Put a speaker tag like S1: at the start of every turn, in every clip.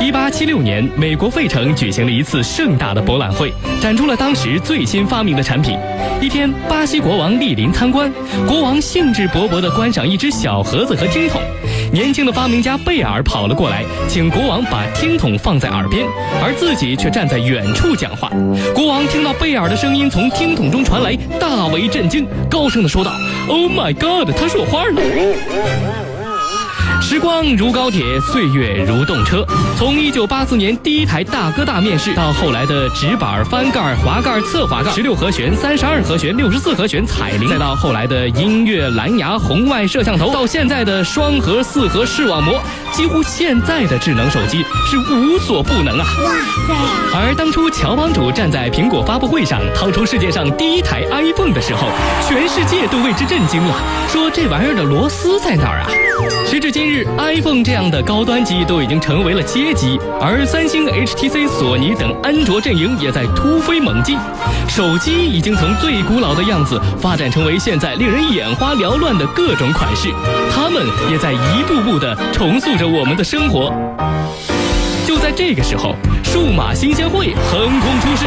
S1: 一八七六年，美国费城举行了一次盛大的博览会，展出了当时最新发明的产品。一天，巴西国王莅临参观，国王兴致勃勃地观赏一只小盒子和听筒。年轻的发明家贝尔跑了过来，请国王把听筒放在耳边，而自己却站在远处讲话。国王听到贝尔的声音从听筒中传来，大为震惊，高声地说道：“Oh my God，他说话呢！”时光如高铁，岁月如动车。从1984年第一台大哥大面世，到后来的直板、翻盖、滑盖、侧滑盖、十六和弦、三十二和弦、六十四和弦、彩铃，再到后来的音乐、蓝牙、红外摄像头，到现在的双核、四核视网膜，几乎现在的智能手机是无所不能啊！哇塞！而当初乔帮主站在苹果发布会上掏出世界上第一台 iPhone 的时候，全世界都为之震惊了，说这玩意儿的螺丝在哪儿啊？时至今日，iPhone 这样的高端机都已经成为了阶级，而三星、HTC、索尼等安卓阵营也在突飞猛进。手机已经从最古老的样子发展成为现在令人眼花缭乱的各种款式，它们也在一步步地重塑着我们的生活。就在这个时候，数码新鲜会横空出世。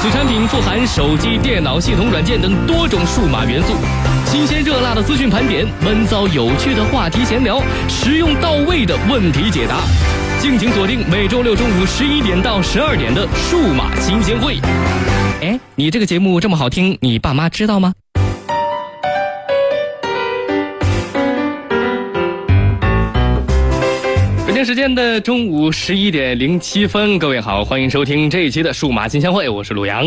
S1: 此产品富含手机、电脑系统、软件等多种数码元素，新鲜热辣的资讯盘点，闷骚有趣的话题闲聊，实用到位的问题解答。敬请锁定每周六中午十一点到十二点的数码新鲜会。哎，你这个节目这么好听，你爸妈知道吗？北京时间的中午十一点零七分，各位好，欢迎收听这一期的数码金香会，我是鲁阳。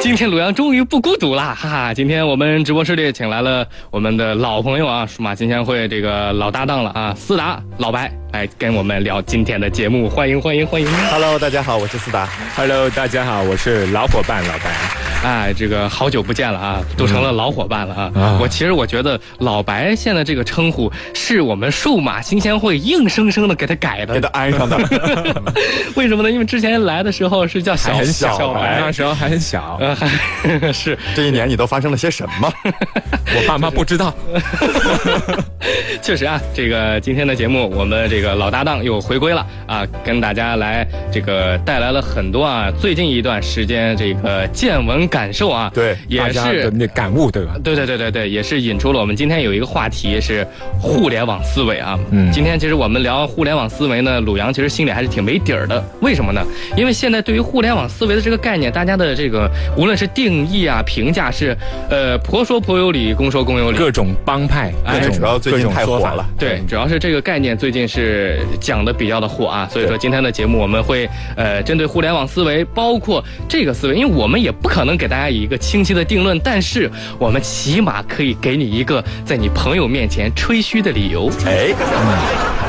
S1: 今天鲁阳终于不孤独啦，哈哈！今天我们直播室里请来了我们的老朋友啊，数码金香会这个老搭档了啊，思达老白来跟我们聊今天的节目，欢迎欢迎欢迎！
S2: Hello，大家好，我是思达。
S3: Hello，大家好，我是老伙伴老白。
S1: 哎，这个好久不见了啊，都成了老伙伴了啊！我其实我觉得老白现在这个称呼是我们数码新鲜会硬生生的给他改的
S2: 给，他安上的，
S1: 为什么呢？因为之前来的时候是叫小
S2: 还很小
S1: 小
S3: 那
S1: 白，
S3: 时候还很哎小，
S1: 呃，还 是
S2: 这一年你都发生了些什么？
S3: 我爸妈不知道。
S1: 确实啊。这个今天的节目，我们这个老搭档又回归了啊，跟大家来这个带来了很多啊，最近一段时间这个见闻感受啊，
S2: 对
S1: 也
S3: 大家的
S1: 是。
S3: 那感悟，对吧？
S1: 对对对对对，也是引出了我们今天有一个话题是互联网思维啊。
S3: 嗯
S1: 今天其实我们聊互联网思维呢，鲁阳其实心里还是挺没底儿的。为什么呢？因为现在对于互联网思维的这个概念，大家的这个无论是定义啊、评价是，呃，婆说婆有理，公说公有理。
S3: 各种帮派，
S1: 哎
S3: 各种
S2: 主要最
S3: 各
S2: 近
S3: 种
S2: 太火
S3: 说法
S2: 了。。
S3: 嗯
S1: 对，主要是这个概念最近是讲的比较的火啊，所以说
S2: 对
S1: 今天的节目我们会呃针对互联网思维，包括这个思维，因为我们也不可能给大家以一个清晰的定论，但是我们起码可以给你一个在你朋友面前吹嘘的理由，
S2: 哎，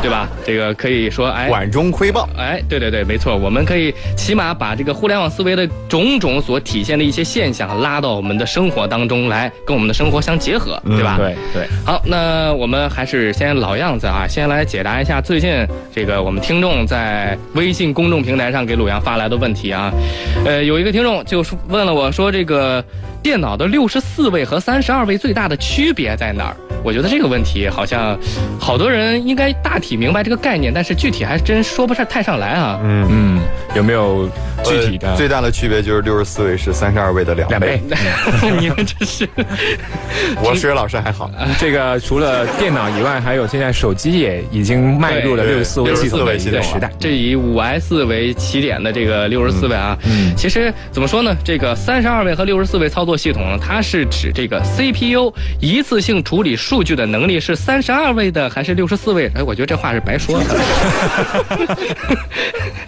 S1: 对吧？这个可以说哎。
S2: 管中窥豹，
S1: 哎，对对对，没错，我们可以起码把这个互联网思维的种种所体现的一些现象拉到我们的生活当中来，跟我们的生活相结合，对吧？
S3: 对对，
S1: 好，那我们还是先老样子啊，先来解答一下最近这个我们听众在微信公众平台上给鲁阳发来的问题啊。呃，有一个听众就是问了我说，这个电脑的六十四位和三十二位最大的区别在哪儿？我觉得这个问题好像好多人应该大体明白这个概念，但是具体还真说不上太上来啊。
S2: 嗯，
S3: 嗯，有没有呃具体的？
S2: 最大的区别就是六十四位是三十二位的两
S3: 两
S2: 倍
S3: 倍。，
S1: 你们这是
S2: 我数学老师还好，
S3: 这个除了电脑以外，还有现在手机也已经迈入了
S2: 对
S3: 六十四位系统的一
S2: 对
S3: 个时代。
S1: 这以五 S 为起点的这个六十四位啊，
S3: 嗯
S1: 其实怎么说呢？这个三十二位和六十四位操作系统呢，它是指这个 CPU 一次性处理数据的能力是三十二位的还是六十四位？哎，我觉得这话是白说的。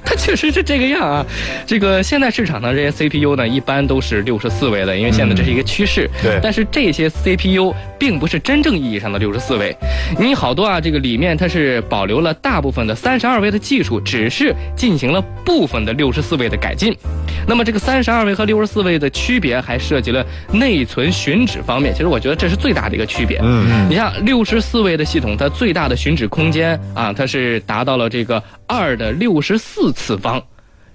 S1: 它确实是这个样啊。这个现在市场上这些 CPU 呢，一般都是六十四位的，因为现在这是一个趋势。
S2: 对
S1: 但是这些 CPU 并不是真正意义上的六十四位，你好多啊，这个里面它是保留了大部分的三十二位的技术，只是进行了部分的六十四位的改进。那么这个三十二位和六十四位的区别，还涉及了内存寻址方面。其实我觉得这是最大的一个区别。
S2: 嗯嗯，
S1: 你像六十四位的系统，它最大的寻址空间啊，它是达到了这个二的六十四次方。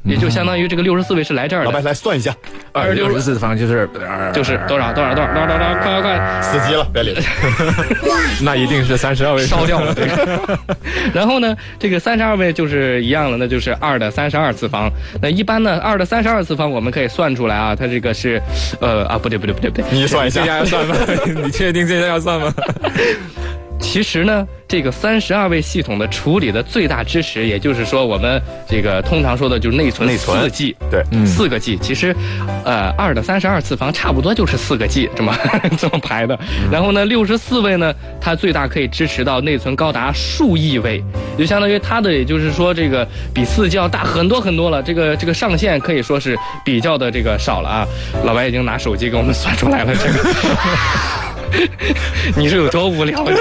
S1: 也就相当于这个六十四位是来这儿
S2: 老白
S1: 的，
S2: 来算一下，
S1: 二六
S3: 呃六十四方就是呃
S1: 就是多少多少多少多少多少，快快快，
S2: 死机了，别理他。
S3: 那一定是三十二位数
S1: 烧掉了。这 个然后呢，这个三十二位就是一样了，那就是二的三十二次方。那一般呢，二的三十二次方我们可以算出来啊，它这个是，呃啊，不对不对不对不对，
S2: 你算一
S3: 这下
S2: 下，
S3: 要算吗？ 你确定这下要算吗？
S1: 其实呢，这个三十二位系统的处理的最大支持，也就是说我们这个通常说的就是内存
S2: 内存
S1: 四 G，
S2: 对
S3: 嗯
S1: 四个 G。其实，呃，二的三十二次方差不多就是四个 G 这么 这么排的。然后呢，六十四位呢，它最大可以支持到内存高达数亿位，就相当于它的也就是说这个比四 G 要大很多很多了。这个这个上限可以说是比较的这个少了啊。老白已经拿手机给我们算出来了这个。 你是有多无聊？你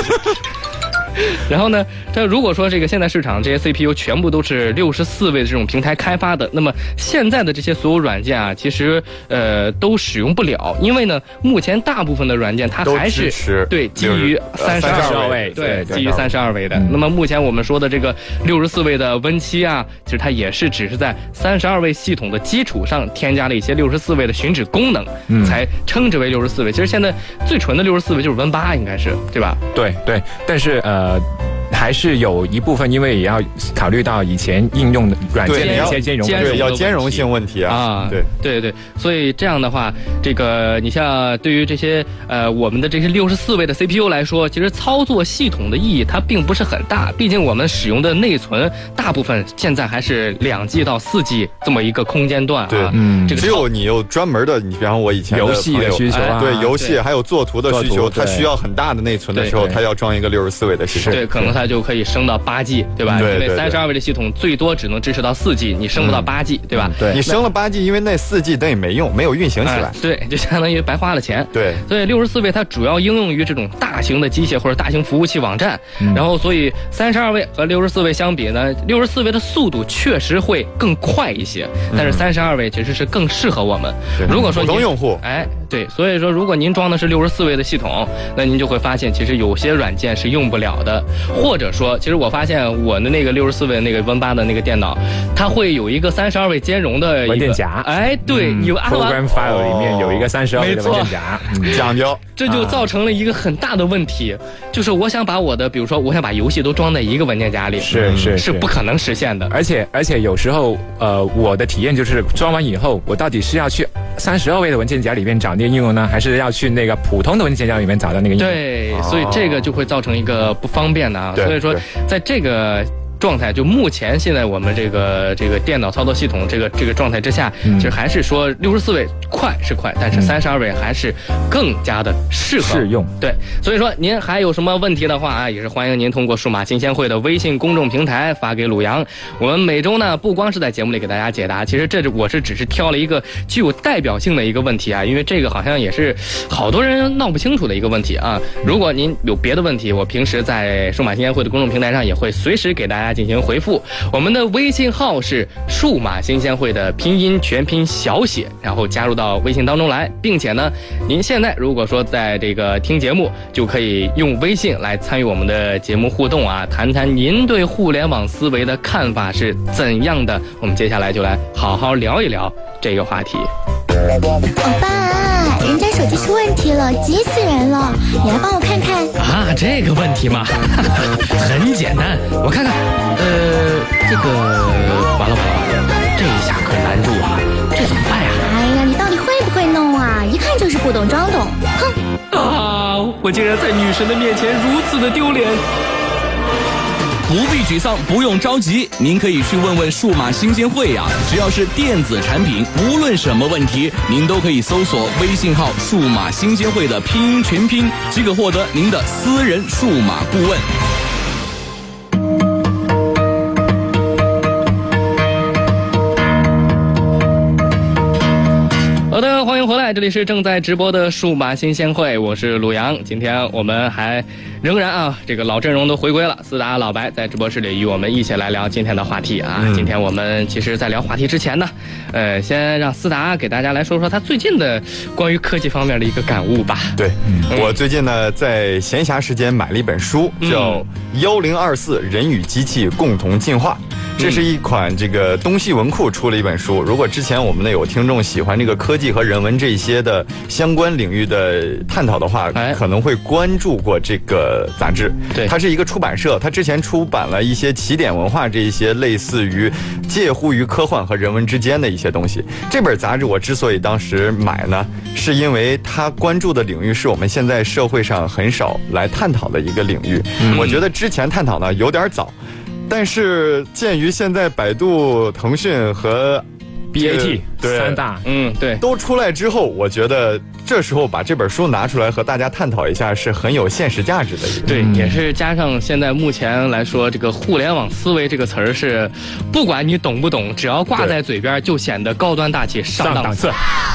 S1: 然后呢，它如果说这个现在市场这些 CPU 全部都是六十四位的这种平台开发的，那么现在的这些所有软件啊，其实呃都使用不了，因为呢，目前大部分的软件它
S2: 都
S1: 还是
S2: 支持呃
S1: 对基于三十
S3: 32
S1: 二
S3: 位
S1: 位。
S3: 对
S1: 对，嗯
S3: 对
S1: 基于三十二位的。那么目前我们说的这个六十四位的 Win 七啊，其实它也是只是在三十二位系统的基础上添加了一些六十四位的寻址功能，才称之为六十四位。其实现在最纯的六十四位就是 Win 八，应该是对吧？
S3: 对对，但是呃。还是有一部分，因为也要考虑到以前应用的软件
S2: 对
S3: 的一些兼容
S1: 兼容
S2: 对，
S3: 问
S2: 要
S3: 题。
S2: 兼容性问题啊
S1: 啊，，
S2: 对，
S1: 对对，所以这样的话，这个你像对于这些呃我们的这些六十四位的 CPU 来说，其实操作系统的意义它并不是很大，毕竟我们使用的内存大部分现在还是两 G 到四 G 这么一个空间段啊。
S2: 对
S3: 嗯
S1: 这个
S2: 只有你有专门的，你比方我以前
S3: 游戏
S2: 的
S3: 的
S2: 朋友
S3: 需求啊，
S2: 对游戏
S1: 对
S2: 还有作图的需
S3: 作
S2: 求，
S3: 图对
S2: 它需要很大的内存的时候，
S3: 对对
S2: 它要装一个六十四位的系统。
S1: 对，可能它就可以升到八 G，对吧？
S2: 对
S1: 因
S2: 对嗯
S1: 为
S2: 对
S1: 三十二位的系统最多只能支持到四 G，你升不到八 G，、对吧？
S3: 对
S2: 你升了八 G，因为那四 G 等也没用，没有运行起来
S1: 哎。对，就相当于白花了钱。
S2: 对，
S1: 所以六十四位它主要应用于这种大型的机械或者大型服务器网站，
S2: 嗯
S1: 然后所以三十二位和六十四位相比呢，六十四位的速度确实会更快一些，但是三十二位其实是更适合我们。
S2: 对
S1: 如果说
S2: 嗯
S1: 您
S2: 普通用户
S1: 哎，对，所以说如果您装的是六十四位的系统，那您就会发现其实有些软件是用不了的，或者说，其实我发现我的那个六十四位那个 Win 八的那个电脑，它会有一个三十二位兼容的一个
S3: 文件夹
S1: 哎，对，
S2: 嗯
S1: 你按完
S3: 嗯 program file 里面有一个三十二位的文件夹，嗯
S2: 讲究
S1: 这就造成了一个很大的问题，就是我想把我的，比如说我想把游戏都装在一个文件夹里，
S2: 嗯
S3: 是是
S1: 是不可能实现的。
S3: 而且而且有时候，呃，我的体验就是装完以后，我到底是要去三十二位的文件夹里面找那个应用呢，还是要去那个普通的文件夹里面找到那个应用？
S1: 对，所以这个就会造成一个不方便的啊。
S2: 对
S1: 所以说
S2: 对，
S1: 在这个。状态就目前现在我们这个这个电脑操作系统这个这个状态之下，
S3: 嗯
S1: 其实还是说六十四位快是快，但是三十二位还是更加的适合
S3: 适用。
S1: 对，所以说您还有什么问题的话啊，也是欢迎您通过数码新鲜会的微信公众平台发给鲁阳。我们每周呢，不光是在节目里给大家解答，其实这是我是只是挑了一个具有代表性的一个问题啊，因为这个好像也是好多人闹不清楚的一个问题啊。如果您有别的问题，我平时在数码新鲜会的公众平台上也会随时给大家进行回复。我们的微信号是数码新鲜会的拼音全拼小写，然后加入到微信当中来，并且呢，您现在如果说在这个听节目，就可以用微信来参与我们的节目互动啊，谈谈您对互联网思维的看法是怎样的。我们接下来就来好好聊一聊这个话题。
S4: 老爸，人家手机出问题了，急死人了！你来帮我看看。
S1: 啊，这个问题嘛， 很简单，我看看，呃，这个完了完了，这一下可难住我了，这怎么办呀？
S4: 哎呀，你到底会不会弄啊？一看就是不懂装懂。哼，
S1: 啊！我竟然在女神的面前如此的丢脸。
S5: 不必沮丧，不用着急，您可以去问问数码新鲜会呀、只要是电子产品，无论什么问题，您都可以搜索微信号“数码新鲜会”的拼音全拼，即可获得您的私人数码顾问。
S1: 好的，欢迎回来，这里是正在直播的数码新鲜会，我是鲁阳。今天我们还仍然啊，这个老阵容都回归了，斯达、老白在直播室里与我们一起来聊今天的话题啊。今天我们其实，在聊话题之前呢，呃，先让斯达给大家来说说他最近的关于科技方面的一个感悟吧。
S2: 对，
S3: 嗯
S2: 我最近呢在闲
S3: 嗯嗯
S2: 暇时间买了一本书，叫《幺零二四人与机器共同进化》。这是一款这个东西文库出了一本书。如果之前我们呢有听众喜欢这个科技和人文这一些的相关领域的探讨的话，
S1: 哎
S2: 可能会关注过这个杂志。
S1: 对
S2: 它是一个出版社，它之前出版了一些起点文化这一些类似于介乎于科幻和人文之间的一些东西。这本杂志我之所以当时买呢，是因为它关注的领域是我们现在社会上很少来探讨的一个领域。
S1: 嗯
S2: 我觉得之前探讨呢有点早。但是鉴于现在百度、腾讯和
S3: BAT
S2: 对
S3: 三大，
S1: 嗯，对，
S2: 都出来之后，我觉得这时候把这本书拿出来和大家探讨一下是很有现实价值的一个。
S1: 对，也是加上现在目前来说，这个“互联网思维”这个词儿是，不管你懂不懂，只要挂
S2: 对
S1: 在嘴边儿，就显得高端大气、上
S3: 上
S1: 档
S3: 档
S1: 次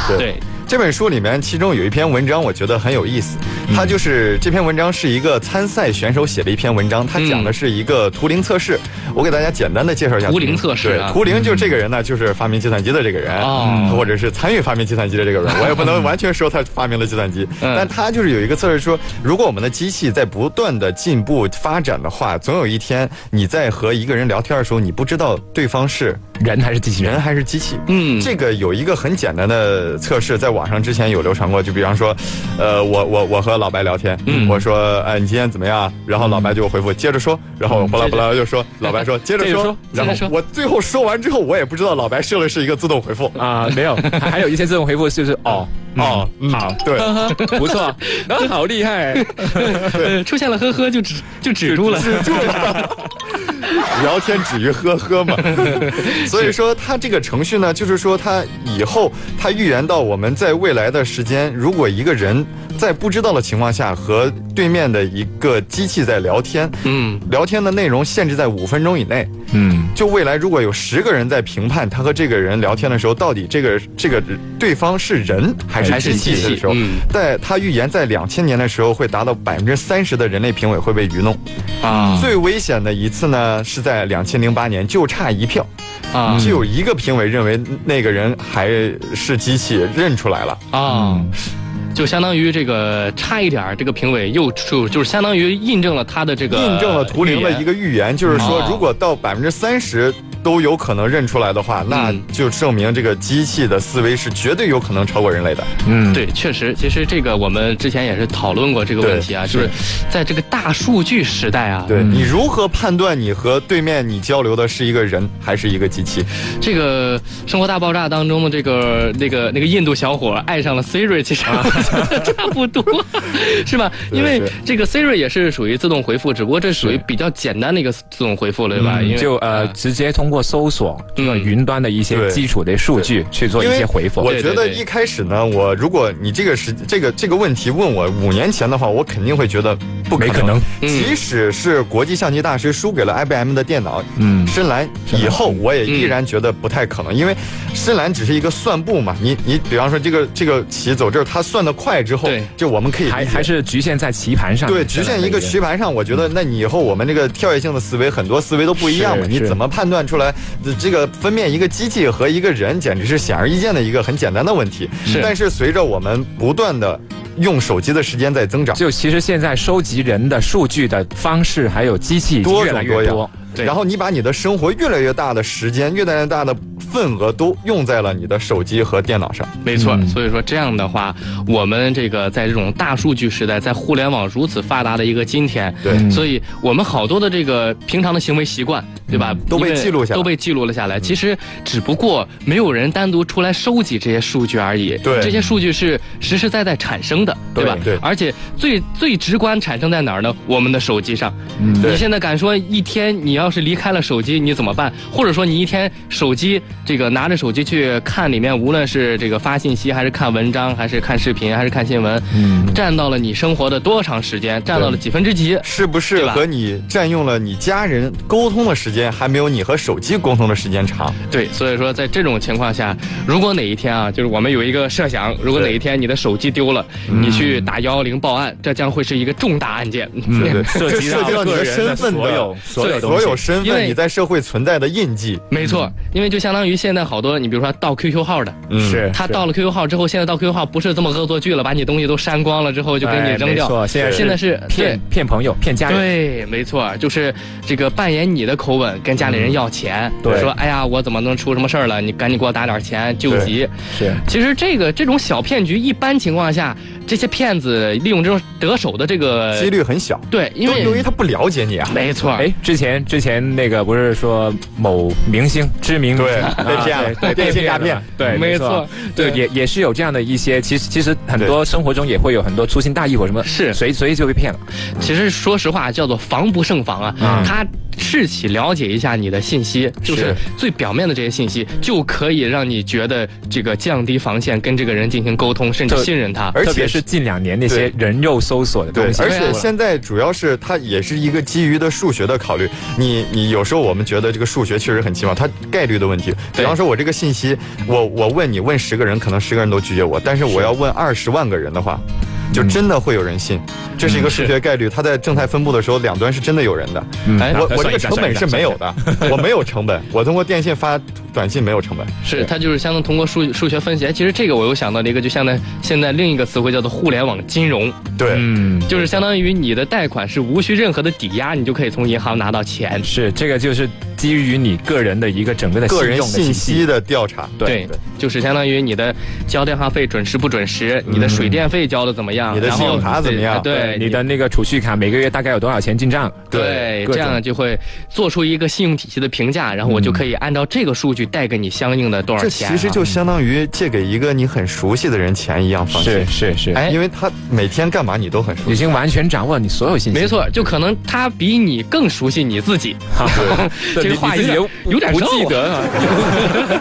S3: 次。。
S1: 对，
S2: 这本书里面，其中有一篇文章，我觉得很有意思。
S1: 嗯
S2: 它就是这篇文章是一个参赛选手写的一篇文章，
S1: 嗯
S2: 它讲的是一个图灵测试。我给大家简单的介绍一下
S1: 图灵测试啊
S2: 对，图灵就是这个人呢，就是发明计算机的这个人，
S1: 哦
S2: 或者是参与发明计算机的这个人。我也 不能完全说他发明了计算机，
S1: 嗯
S2: 但他就是有一个测试说，如果我们的机器在不断的进步发展的话，总有一天你在和一个人聊天的时候，你不知道对方是
S3: 人还是机器人
S2: 人？还是机器？
S1: 嗯
S2: 这个有一个很简单的测试，在网上之前有流传过，就比方说，呃，我我我和老白聊天，
S1: 嗯
S2: 我说，哎，你今天怎么样？然后老白就回复，接着说，然后巴拉巴拉又说，老白说，接
S1: 嗯
S2: 着
S1: 接着
S2: 说
S1: 说，接着
S2: 然后
S1: 说
S2: 我最后说完之后，我也不知道老白设的是一个自动回复。
S3: 啊，没有，还还有一些自动回复就是哦哦，
S2: 嗯，对，
S3: 不错，那好厉害，
S1: 呃，出现了呵呵就止就止住了。
S2: 聊天止于呵呵嘛。所以说，它这个程序呢，就是说它以后它预言到我们在未来的时间，如果一个人在不知道的情况下和对面的一个机器在聊天，
S1: 嗯，
S2: 聊天的内容限制在五分钟以内。
S3: 嗯。
S2: 就未来如果有十个人在评判他和这个人聊天的时候，到底这个这个对方是人还
S1: 还是
S2: 是机
S1: 机器
S2: 器的时候，
S1: 嗯
S2: 在他预言在两千年的时候会达到百分之三十的人类评委会被愚弄。
S1: 啊
S2: 最危险的一次呢是在两千零八年，就差一票，
S1: 啊
S2: 只有一个评委认为那个人还是机器，认出来了。
S1: 啊！
S2: 嗯
S1: 就相当于这个差一点儿，这个评委又就就是相当于印证了他的这个
S2: 印证了图灵的一个预言，就是说
S1: 哦，
S2: 如果到百分之三十都有可能认出来的话，那
S1: 嗯
S2: 就证明这个机器的思维是绝对有可能超过人类的。
S3: 嗯，
S1: 对，确实，其实这个我们之前也是讨论过这个问题啊，就是在这个大数据时代啊，
S3: 嗯
S2: 对你如何判断你和对面你交流的是一个人还是一个机器？
S1: 这个《生活大爆炸》当中的这个那个那个印度小伙爱上了 Siri，其实我觉得 差不多，是吧？
S2: 对
S1: 因为
S2: 是
S1: 这个 Siri 也是属于自动回复，只不过这属于比较简单的一个自动回复了，对吧？啊因为
S3: 就呃，直接通过搜索这个
S1: 嗯
S3: 云端的一些
S2: 对
S3: 基础的数据去做一
S2: 因为
S3: 些回复。
S2: 我
S1: 对
S2: 觉
S1: 对
S2: 得
S1: 对
S2: 一开始呢，我如果你这个时这个这个问题问我五年前的话，我肯定会觉得不可
S3: 没
S2: 能。
S3: 可能
S1: 嗯
S2: 即使是国际象棋大师输给了 IBM 的电脑，
S3: 嗯
S2: 深蓝以后，我也依然觉得不太可能，因为深蓝只是一个算步嘛。你你比方说这个这个棋走这儿，他算得快之后
S1: 对，
S2: 就我们可以理
S3: 还
S2: 解
S3: 还是局限在棋盘上，
S2: 对，局限一个棋盘上，我觉得那你以后我们这个跳跃性的思维，很多思维都不一样嘛。
S3: 嗯是
S2: 你
S3: 是
S2: 怎么判断出来呃这个分辨一个机器和一个人，简直是显而易见的一个很简单的问题。
S1: 是
S2: 但是随着我们不断的用手机的时间在增长，
S3: 就其实现在收集人的数据的方式还有机器已经
S2: 多
S3: 越来
S2: 种
S3: 越
S2: 多样
S3: 多。。
S1: 对
S2: 然后你把你的生活越来越大的时间、越来越大的份额都用在了你的手机和电脑上。
S1: 没错，所以说这样的话，我们这个在这种大数据时代，在互联网如此发达的一个今天，
S2: 对
S3: 嗯
S1: 所以我们好多的这个平常的行为习惯，对吧？
S2: 嗯都被
S1: 因为
S2: 记录下来嗯
S1: 都被记录了下来。其实只不过没有人单独出来收集这些数据而已，
S2: 对
S1: 这些数据是实实在在产生的，
S2: 对
S1: 吧？
S2: 对
S1: 而且最最直观产生在哪儿呢？我们的手机上。
S2: 嗯对
S1: 你现在敢说一天你要是离开了手机你怎么办？或者说你一天手机这个拿着手机去看里面，无论是这个发信息，还是看文章，还是看视频，还是看新闻，
S3: 嗯
S1: 占到了你生活的多长时间？占到了几分之几？
S2: 是不
S1: 对
S2: 是
S1: 吧
S2: 和你占用了你家人沟通的时间，还没有你和手机沟通的时间长？
S1: 对，所以说在这种情况下，如果哪一天啊，就是我们有一个设想，如果
S2: 对
S1: 哪一天你的手机丢了，你去打幺幺零报案，这将会是一个重大案件。
S3: 嗯
S2: 对，
S3: 涉及
S2: 这涉及
S3: 到
S2: 到你
S3: 个
S2: 的
S3: 人
S2: 身份
S3: 所有
S2: 的所
S3: 所有
S2: 有
S3: 东西
S2: 身
S1: 因为
S2: 份你在社会存在的印记。
S1: 没错，因为就相当于现在好多，你比如说盗 QQ 号的，
S2: 嗯
S3: 是
S1: 他盗了 QQ 号之后，现在盗 QQ 号不是这么恶作剧了，把你东西都删光了之后就给你
S3: 哎
S1: 扔
S3: 没
S1: 掉。
S3: 错现在
S1: 现在是
S3: 骗骗朋友，骗家
S1: 对
S3: 人。
S1: 对，没错，就是这个扮演你的口吻跟家里人要钱，
S3: 对
S1: 说哎呀我怎么能出什么事儿了？你赶紧给我打点钱救急。
S3: 是
S1: 其实这个这种小骗局，一般情况下，这些骗子利用这种得手的这个
S2: 几率很小，
S1: 对，因
S2: 都由于
S1: 为
S2: 他不了解你啊。
S1: 没错，
S3: 哎，之前之前那个不是说某明星知名明星
S2: 对
S3: 啊
S2: 被骗了
S3: 对
S2: 电信诈
S3: 了
S2: 骗
S3: 对，
S1: 没
S3: 错
S1: 错，
S3: 对，
S1: 对
S3: 也也是有这样的一些，其实其实很多生活中也会有很多粗心大意或什么，
S1: 是
S3: 随随意就被骗了，
S1: 其实说实话，叫做防不胜防啊。
S3: 嗯
S1: 他试起了解一下你的信息，就是最表面的这些信息，就可以让你觉得这个降低防线，跟这个人进行沟通，甚至
S3: 对
S1: 信任他。
S2: 而且
S3: 特别是近两年那些人肉搜索的
S2: 对
S3: 东，西，
S2: 而
S1: 对
S2: 且
S1: 啊
S2: 现在主要是它也是一个基于的数学的考虑。你你有时候我们觉得这个数学确实很奇妙，它概率的问题。比
S1: 对
S2: 方说，我这个信息，我我问你问十个人，可能十个人都拒绝我，但是我要问二十万个人的话，就真的会有人信。这嗯是一个数学概率，它在正态分布的时候，两端是真的有人的。
S1: 哎
S2: 我
S3: 那
S2: 我
S3: 算
S2: 这
S3: 一
S2: 个
S3: 下
S2: 成本是
S3: 算一下
S2: 没有的，我没有成本，我通过电信发短信没有 成本。
S1: 是他就是相当通过数数学分析。哎其实这个我又想到了一个，就像在现在另一个词汇叫做互联网金融，
S2: 对，
S3: 嗯。
S1: 就是相当于你的贷款是无需任何的抵押，你就可以从银行拿到钱。
S3: 是，这个就是基于你个人的一个整个的
S2: 个人
S3: 信用的
S2: 信
S3: 信
S2: 息
S3: 息，
S2: 的调查。
S1: 对，就是相当于你的交电话费准时不准时，你的水电费交的怎么样，
S2: 你的
S1: 然后
S2: 信用卡怎么样
S1: 对，
S3: 你的那个储蓄卡每个月大概有多少钱进账？
S1: 对，
S3: 各
S1: 这
S3: 种
S1: 样就会做出一个信用体系的评价，然后我就可以按照这个数据贷给你相应的多少
S2: 这
S1: 钱、啊
S2: 其
S3: 啊
S2: 实就相当于借给一个你很熟悉的人钱一样放心
S3: 是。是是，
S1: 哎
S2: 因为他每天干嘛你都很熟
S3: 已
S2: 悉。
S3: 经完全掌握你所有信息。
S1: 没错，就可能他比你更熟悉你自己。
S3: 对
S1: 这
S3: 你
S1: 个话有
S3: 你自己
S1: 点
S3: 又
S1: 有点
S3: 不
S1: 绕啊
S3: 记得啊，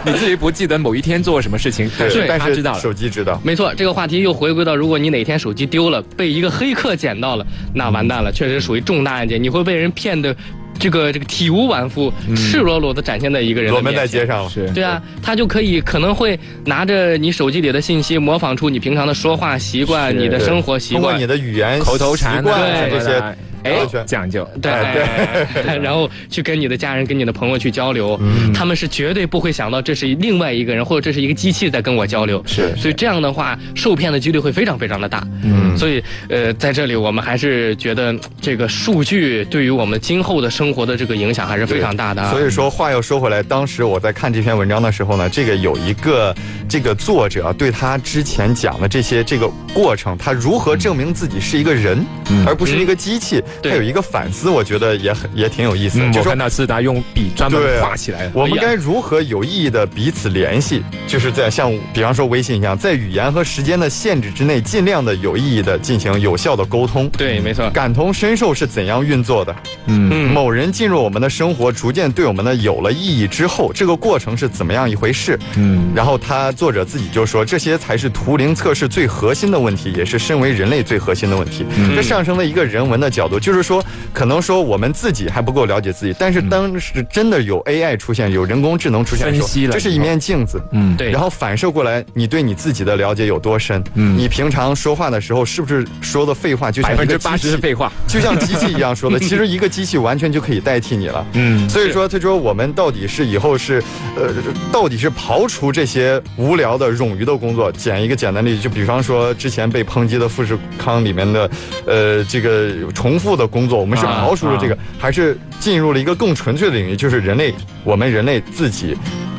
S3: 你自己不记得某一天做什么事情，但
S2: 对
S3: 是
S2: 但
S3: 他
S2: 是
S3: 知道了。
S2: 手机知道。
S1: 没错，这个话题又回归到，如果你哪天手机丢了，被一个黑客捡到了，那完蛋了，确实属于重大案件，你会被人骗的，这个这个体无完肤，赤裸裸的展现在一个人
S2: 嗯裸
S1: 的
S2: 奔
S1: 面
S2: 在
S1: 前。
S2: 街上了，
S3: 是
S1: 对啊，他就可以可能会拿着你手机里的信息，模仿出你平常的说话习惯、
S3: 是
S1: 你的
S2: 对
S1: 生活习
S2: 通过
S1: 惯
S2: 你。的语言
S3: 口头禅
S2: 习惯啊
S1: 对
S2: 这些，
S3: 哎
S2: 完全
S3: 讲究。
S1: 对，
S2: 哎
S1: 然后去跟你的家人、跟你的朋友去交流，
S2: 嗯
S1: 他们是绝对不会想到这是另外一个人或者这是一个机器在跟我交流，
S3: 是
S1: 所以这样的话，受骗的几率会非常非常的大。
S2: 嗯
S1: 所以呃，在这里我们还是觉得嗯这个数据对于我们今后的生活的这个影响还是非常大的啊。
S2: 所以说话又说回来，当时我在看这篇文章的时候呢，这个有一个这个作者啊对他之前讲的这些这个过程，他如何证明自己是一个人，而不是一个机器，他
S1: 对
S2: 有一个反思，我觉得也很也挺有意思的。
S3: 嗯，
S2: 就
S3: 我
S2: 说
S3: 看到斯达用笔专
S2: 对
S3: 门
S2: 啊
S3: 画起来了。
S2: 我们
S1: 哎呀
S2: 该如何有意义的彼此联系？就是在像比方说微信一样，在语言和时间的限制之内，尽量的有意义的进行有效的沟通。
S1: 对，没错。
S2: 感同身受是怎样运作的？
S3: 嗯，
S1: 嗯
S2: 某人进入我们的生活，逐渐对我们的有了意义之后，这个过程是怎么样一回事？
S3: 嗯
S2: 然后他作者自己就说，这些才是图灵测试最核心的问题，也是身为人类最核心的问题。
S3: 嗯
S2: 这上升了一个人文的角度，就是说，可能说我们自己还不够了解自己，但是当时真的有 AI 出现，有人工智能出现的时
S3: 嗯分析
S2: 候，
S3: 了
S2: 这是一面镜子。
S3: 嗯，
S1: 对
S2: 然后反射过来，你对你自己的了解有多深？
S3: 嗯
S2: 你平常说话的时候是不是说的废话就像
S3: 百
S2: 一个机
S3: 分之
S2: 器
S3: 八十是废话。
S2: 就像机器一样说 的，其实一个机器完全就可以代替你了。
S3: 嗯，
S2: 所以说，他说我们到底是以后是，呃，到底是刨除这些无聊的冗余的工作，捡一个简单例子，就比方说之前被抨击的富士康里面的，呃，这个重复的工作，我们是
S3: 啊
S2: 刨除了这个，
S3: 啊
S2: 还是进入了一个更纯粹的领域，就是人类，我们人类自己。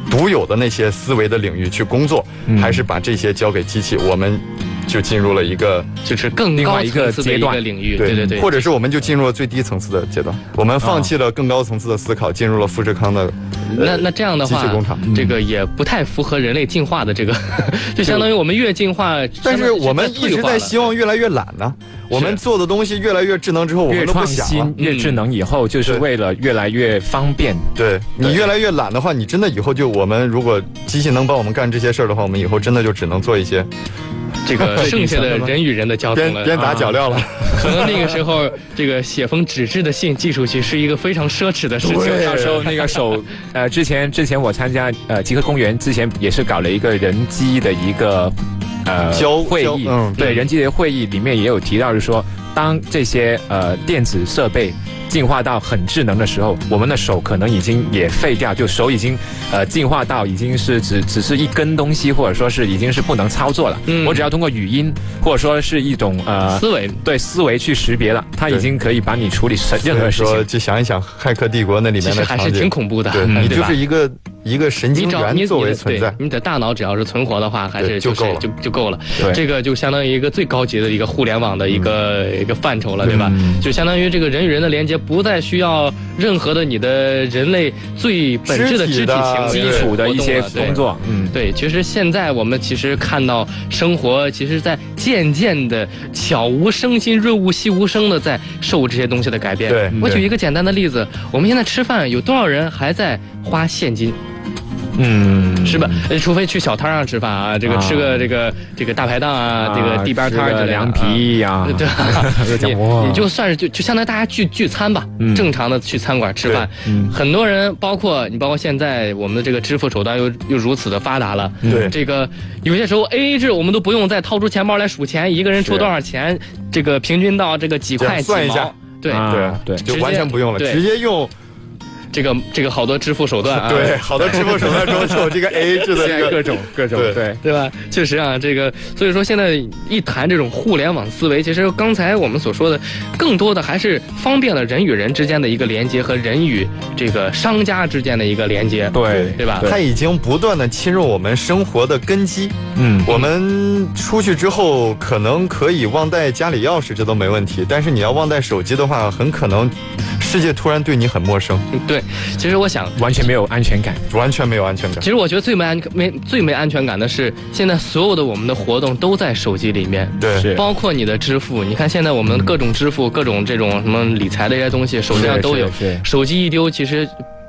S2: 独有的那些思维的领域去工作，
S3: 嗯
S2: 还是把这些交给机器，我们就进入了一个
S1: 就是更
S3: 另
S1: 高
S3: 外一个
S1: 层次的
S3: 阶
S1: 一
S3: 段
S1: 个领域，对对对，
S2: 或者是我们就进入了最低层次的阶段，我们放弃了更高层次的思考，进入了富士康的。
S1: 那那这样的
S2: 机器
S1: 话
S2: 工厂，嗯
S1: 这个也不太符合人类进化的这个， 就相当于我们越进化，相
S2: 但是
S1: 当于
S2: 我们一
S1: 退
S2: 直
S1: 化
S2: 在
S1: 了
S2: 希望越来越懒呢、我们做的东西越来越智能之后，我
S3: 越
S2: 们都不
S3: 创
S2: 想了
S3: 新。越智能以后，就是
S2: 对
S3: 为了越来越方便。
S2: 对你
S3: 对
S2: 越来越懒的话，你真的以后就我们如果机器能帮我们干这些事儿的话，我们以后真的就只能做一些
S1: 这个剩下的人与人的交
S2: 边
S1: 通了。啊
S2: 边打脚镣了。
S1: 可能那个时候，这个写封纸质的信寄出去是一个非常奢侈的事情。啊
S3: 就到时候那 个手，呃，之前之前我参加呃极客公园之前也是搞了一个人机的一个呃
S2: 交
S3: 会
S2: 交
S3: 议，
S2: 嗯
S3: 对人机的会议里面也有提到，就是说当这些呃电子设备进化到很智能的时候，我们的手可能已经也废掉，就手已经呃进化到已经是只只是一根东西，或者说是已经是不能操作了。
S1: 嗯
S3: 我只要通过语音或者说是一种呃
S1: 思维
S3: 对思维去识别了，它已
S2: 对
S3: 经可以帮你处理什任
S2: 所
S3: 何
S2: 以
S3: 事
S2: 说，
S3: 情。
S2: 就想一想《骇客帝国》那里
S1: 其
S2: 面
S1: 实
S2: 的
S1: 还
S2: 场
S1: 是挺
S2: 景，
S1: 恐怖的，
S2: 对
S1: 嗯
S2: 你
S1: 对
S2: 就
S1: 吧
S2: 是？一个一个神
S1: 你
S2: 经
S1: 只要
S2: 元
S1: 你
S2: 作为
S1: 你的
S2: 存在
S1: 对，你的大脑只要是存活的话，还是
S2: 对就是够了
S1: 就就够了。
S3: 对
S1: 这个就相当于一个最高级的一个互联网的一个、一个范畴了，对吧？
S3: 嗯
S1: 就相当于这个人与人的连接不再需要任何的你的人类最本质的肢
S2: 肢体
S1: 体
S2: 的
S1: 行为
S3: 基础的一些
S1: 哦活动了对
S3: 工作，嗯，
S1: 对，其实现在我们其实看到生活，其实在渐渐的悄无声息、润物细无声的在受这些东西的改变。
S2: 对
S1: 我举
S3: 对
S1: 一个简单的例子，我们现在吃饭有多少人还在花现金，
S3: 嗯，
S1: 是吧？呃除非去小摊儿上吃饭啊，这个
S3: 啊
S1: 吃个这个这个大排档啊，这个地边摊儿
S3: 吃
S1: 之
S3: 个
S1: 类的
S3: 凉
S1: 啊
S3: 皮呀，
S1: 对吧
S3: 又讲哇
S1: 你你就算是就就相当于大家聚聚餐吧，
S3: 嗯
S1: 正常的去餐馆吃饭，
S3: 对嗯
S1: 很多人包括你包括现在我们的这个支付手段又又如此的发达了，
S3: 嗯
S2: 对
S1: 嗯 这个有些时候 A A 制我们都不用再掏出钱包来数钱，一个人抽
S3: 是
S1: 多少钱，这个平均到这个几块
S2: 这样算
S1: 几
S2: 一下
S1: 毛，对，
S3: 啊对
S2: 就完全不用了，
S1: 直接
S2: 直接用
S1: 这个这个好多支付手段啊，
S2: 对好多支付手段中就有这个 AA 制的
S3: 现
S2: 这
S3: 在
S2: 个
S3: 各种各种
S2: 对
S3: 对，
S1: 对吧？确实啊，这个所以说现在一谈这种互联网思维，其实刚才我们所说的，更多的还是方便了人与人之间的一个连接和人与这个商家之间的一个连接，
S3: 对
S1: 对吧？
S2: 它已经不断的侵入我们生活的根基。
S3: 嗯，
S2: 我们出去之后，可能可以忘带家里钥匙，这都没问题。但是你要忘带手机的话，很可能世界突然对你很陌生，
S1: 对，其实我想。
S3: 完全没有安全感。
S2: 完全没有安全感
S1: 其。实我觉得最没安没最没安全感的是，现在所有的我们的活动都在手机里面，
S2: 对，
S3: 是
S1: 包括你的支付。你看现在我们各种支付、各种这种什么理财的这些东西，手机上都有。
S3: 是
S1: 手机一丢，其实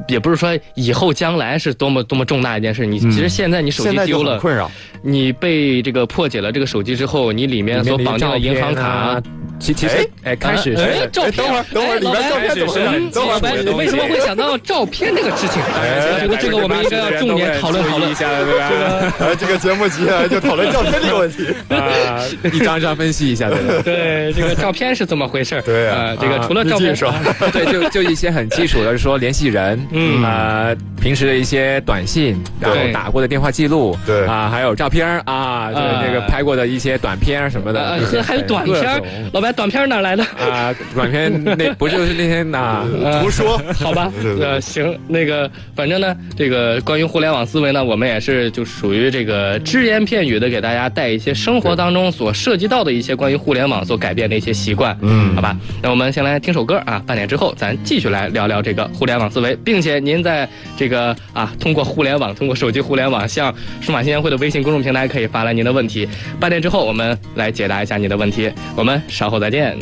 S1: 也不是说以后将来是多么多么重大一件事。你其实现在你手
S2: 嗯现
S1: 机
S2: 在
S1: 丢
S2: 就很
S1: 了，
S2: 困扰。
S1: 你被这个破解了这个手机之后，你里面所绑定的
S2: 啊
S1: 银行卡，，
S3: 啊其其实哎开始
S1: 哎
S3: 是
S1: 照片，
S2: 等会儿等会儿
S1: 哎
S2: 里面
S1: 老白
S2: 照片怎么
S3: 回
S1: 嗯
S3: 事等会儿
S1: 老白，
S3: 我
S1: 你
S3: 的
S1: 为什么
S3: 东西
S1: 会想到照片这个事情？
S2: 哎
S1: 哎
S3: 哎
S1: 我觉得这个我们应该要重点讨论讨论
S3: 一。下，对吧？
S2: 哎，这个节目接下来就讨论照片这个问 题。
S3: 啊， 一张张分析一下，对吧？
S1: 对，这个照片是怎么回事儿？
S2: 对啊
S1: 呃这个
S3: 啊
S1: 除了照
S2: 毕
S1: 片
S2: 竟是吧
S3: 对，就就一些很基础的，就是说联系人，
S1: 嗯
S3: 啊，平时的一些短信，然后
S1: 对
S3: 打过的电话记录，
S2: 对
S3: 啊，还有照片儿啊，对
S1: 啊
S3: 那个拍过的一些短片儿什么
S1: 呃
S3: 的，，
S1: 还还有短片儿
S3: 各种，
S1: 老白短片儿哪 来的？
S3: 啊，短片 那不就是那天啊，
S1: 呃
S2: 胡说，
S1: 好吧
S2: 对，对
S1: 呃，行，那个，反正呢，这个关于互联网思维呢，我们也是就属于这个只言片语的给大家带一些生活当中所涉及到的一些关于互联网所改变的一些习惯，
S2: 嗯
S1: 好吧，那我们先来听首歌啊，半点之后咱继续来聊聊这个互联网思维，并且您在这个啊，通过互联网，通过手机互联网，向数码新鲜会的微信公众平台可以发来您的问题，半点之后我们来解答一下您的问题，我们稍后再见。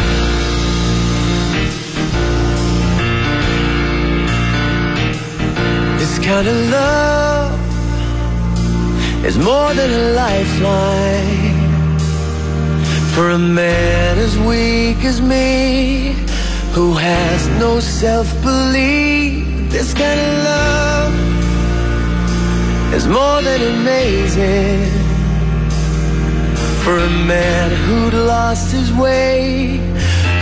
S6: This kind of love is more than a lifeline. For a man as weak as me, who has no self belief, this kind of love is more than amazing. For a man who'd lost his way,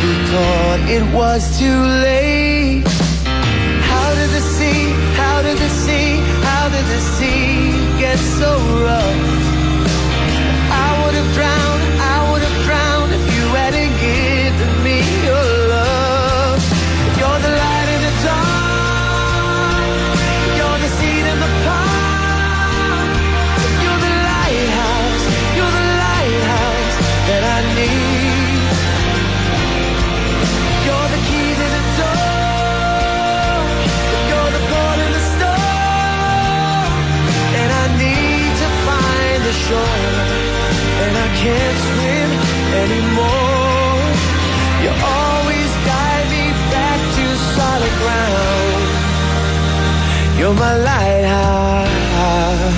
S6: who thought it was too late. How did the sea, how did the sea, how did the sea get so rough? I would have drowned, I would have drowned if you hadn't given me your love. You're the light in the dark, you're the seed in the park, you're the lighthouse, you're the lighthouse that I need. You're the key to the door. You're the gold in the storm. And I need to find the shore. And I can't swim anymore. You always guide me back to solid ground. You're my lighthouse.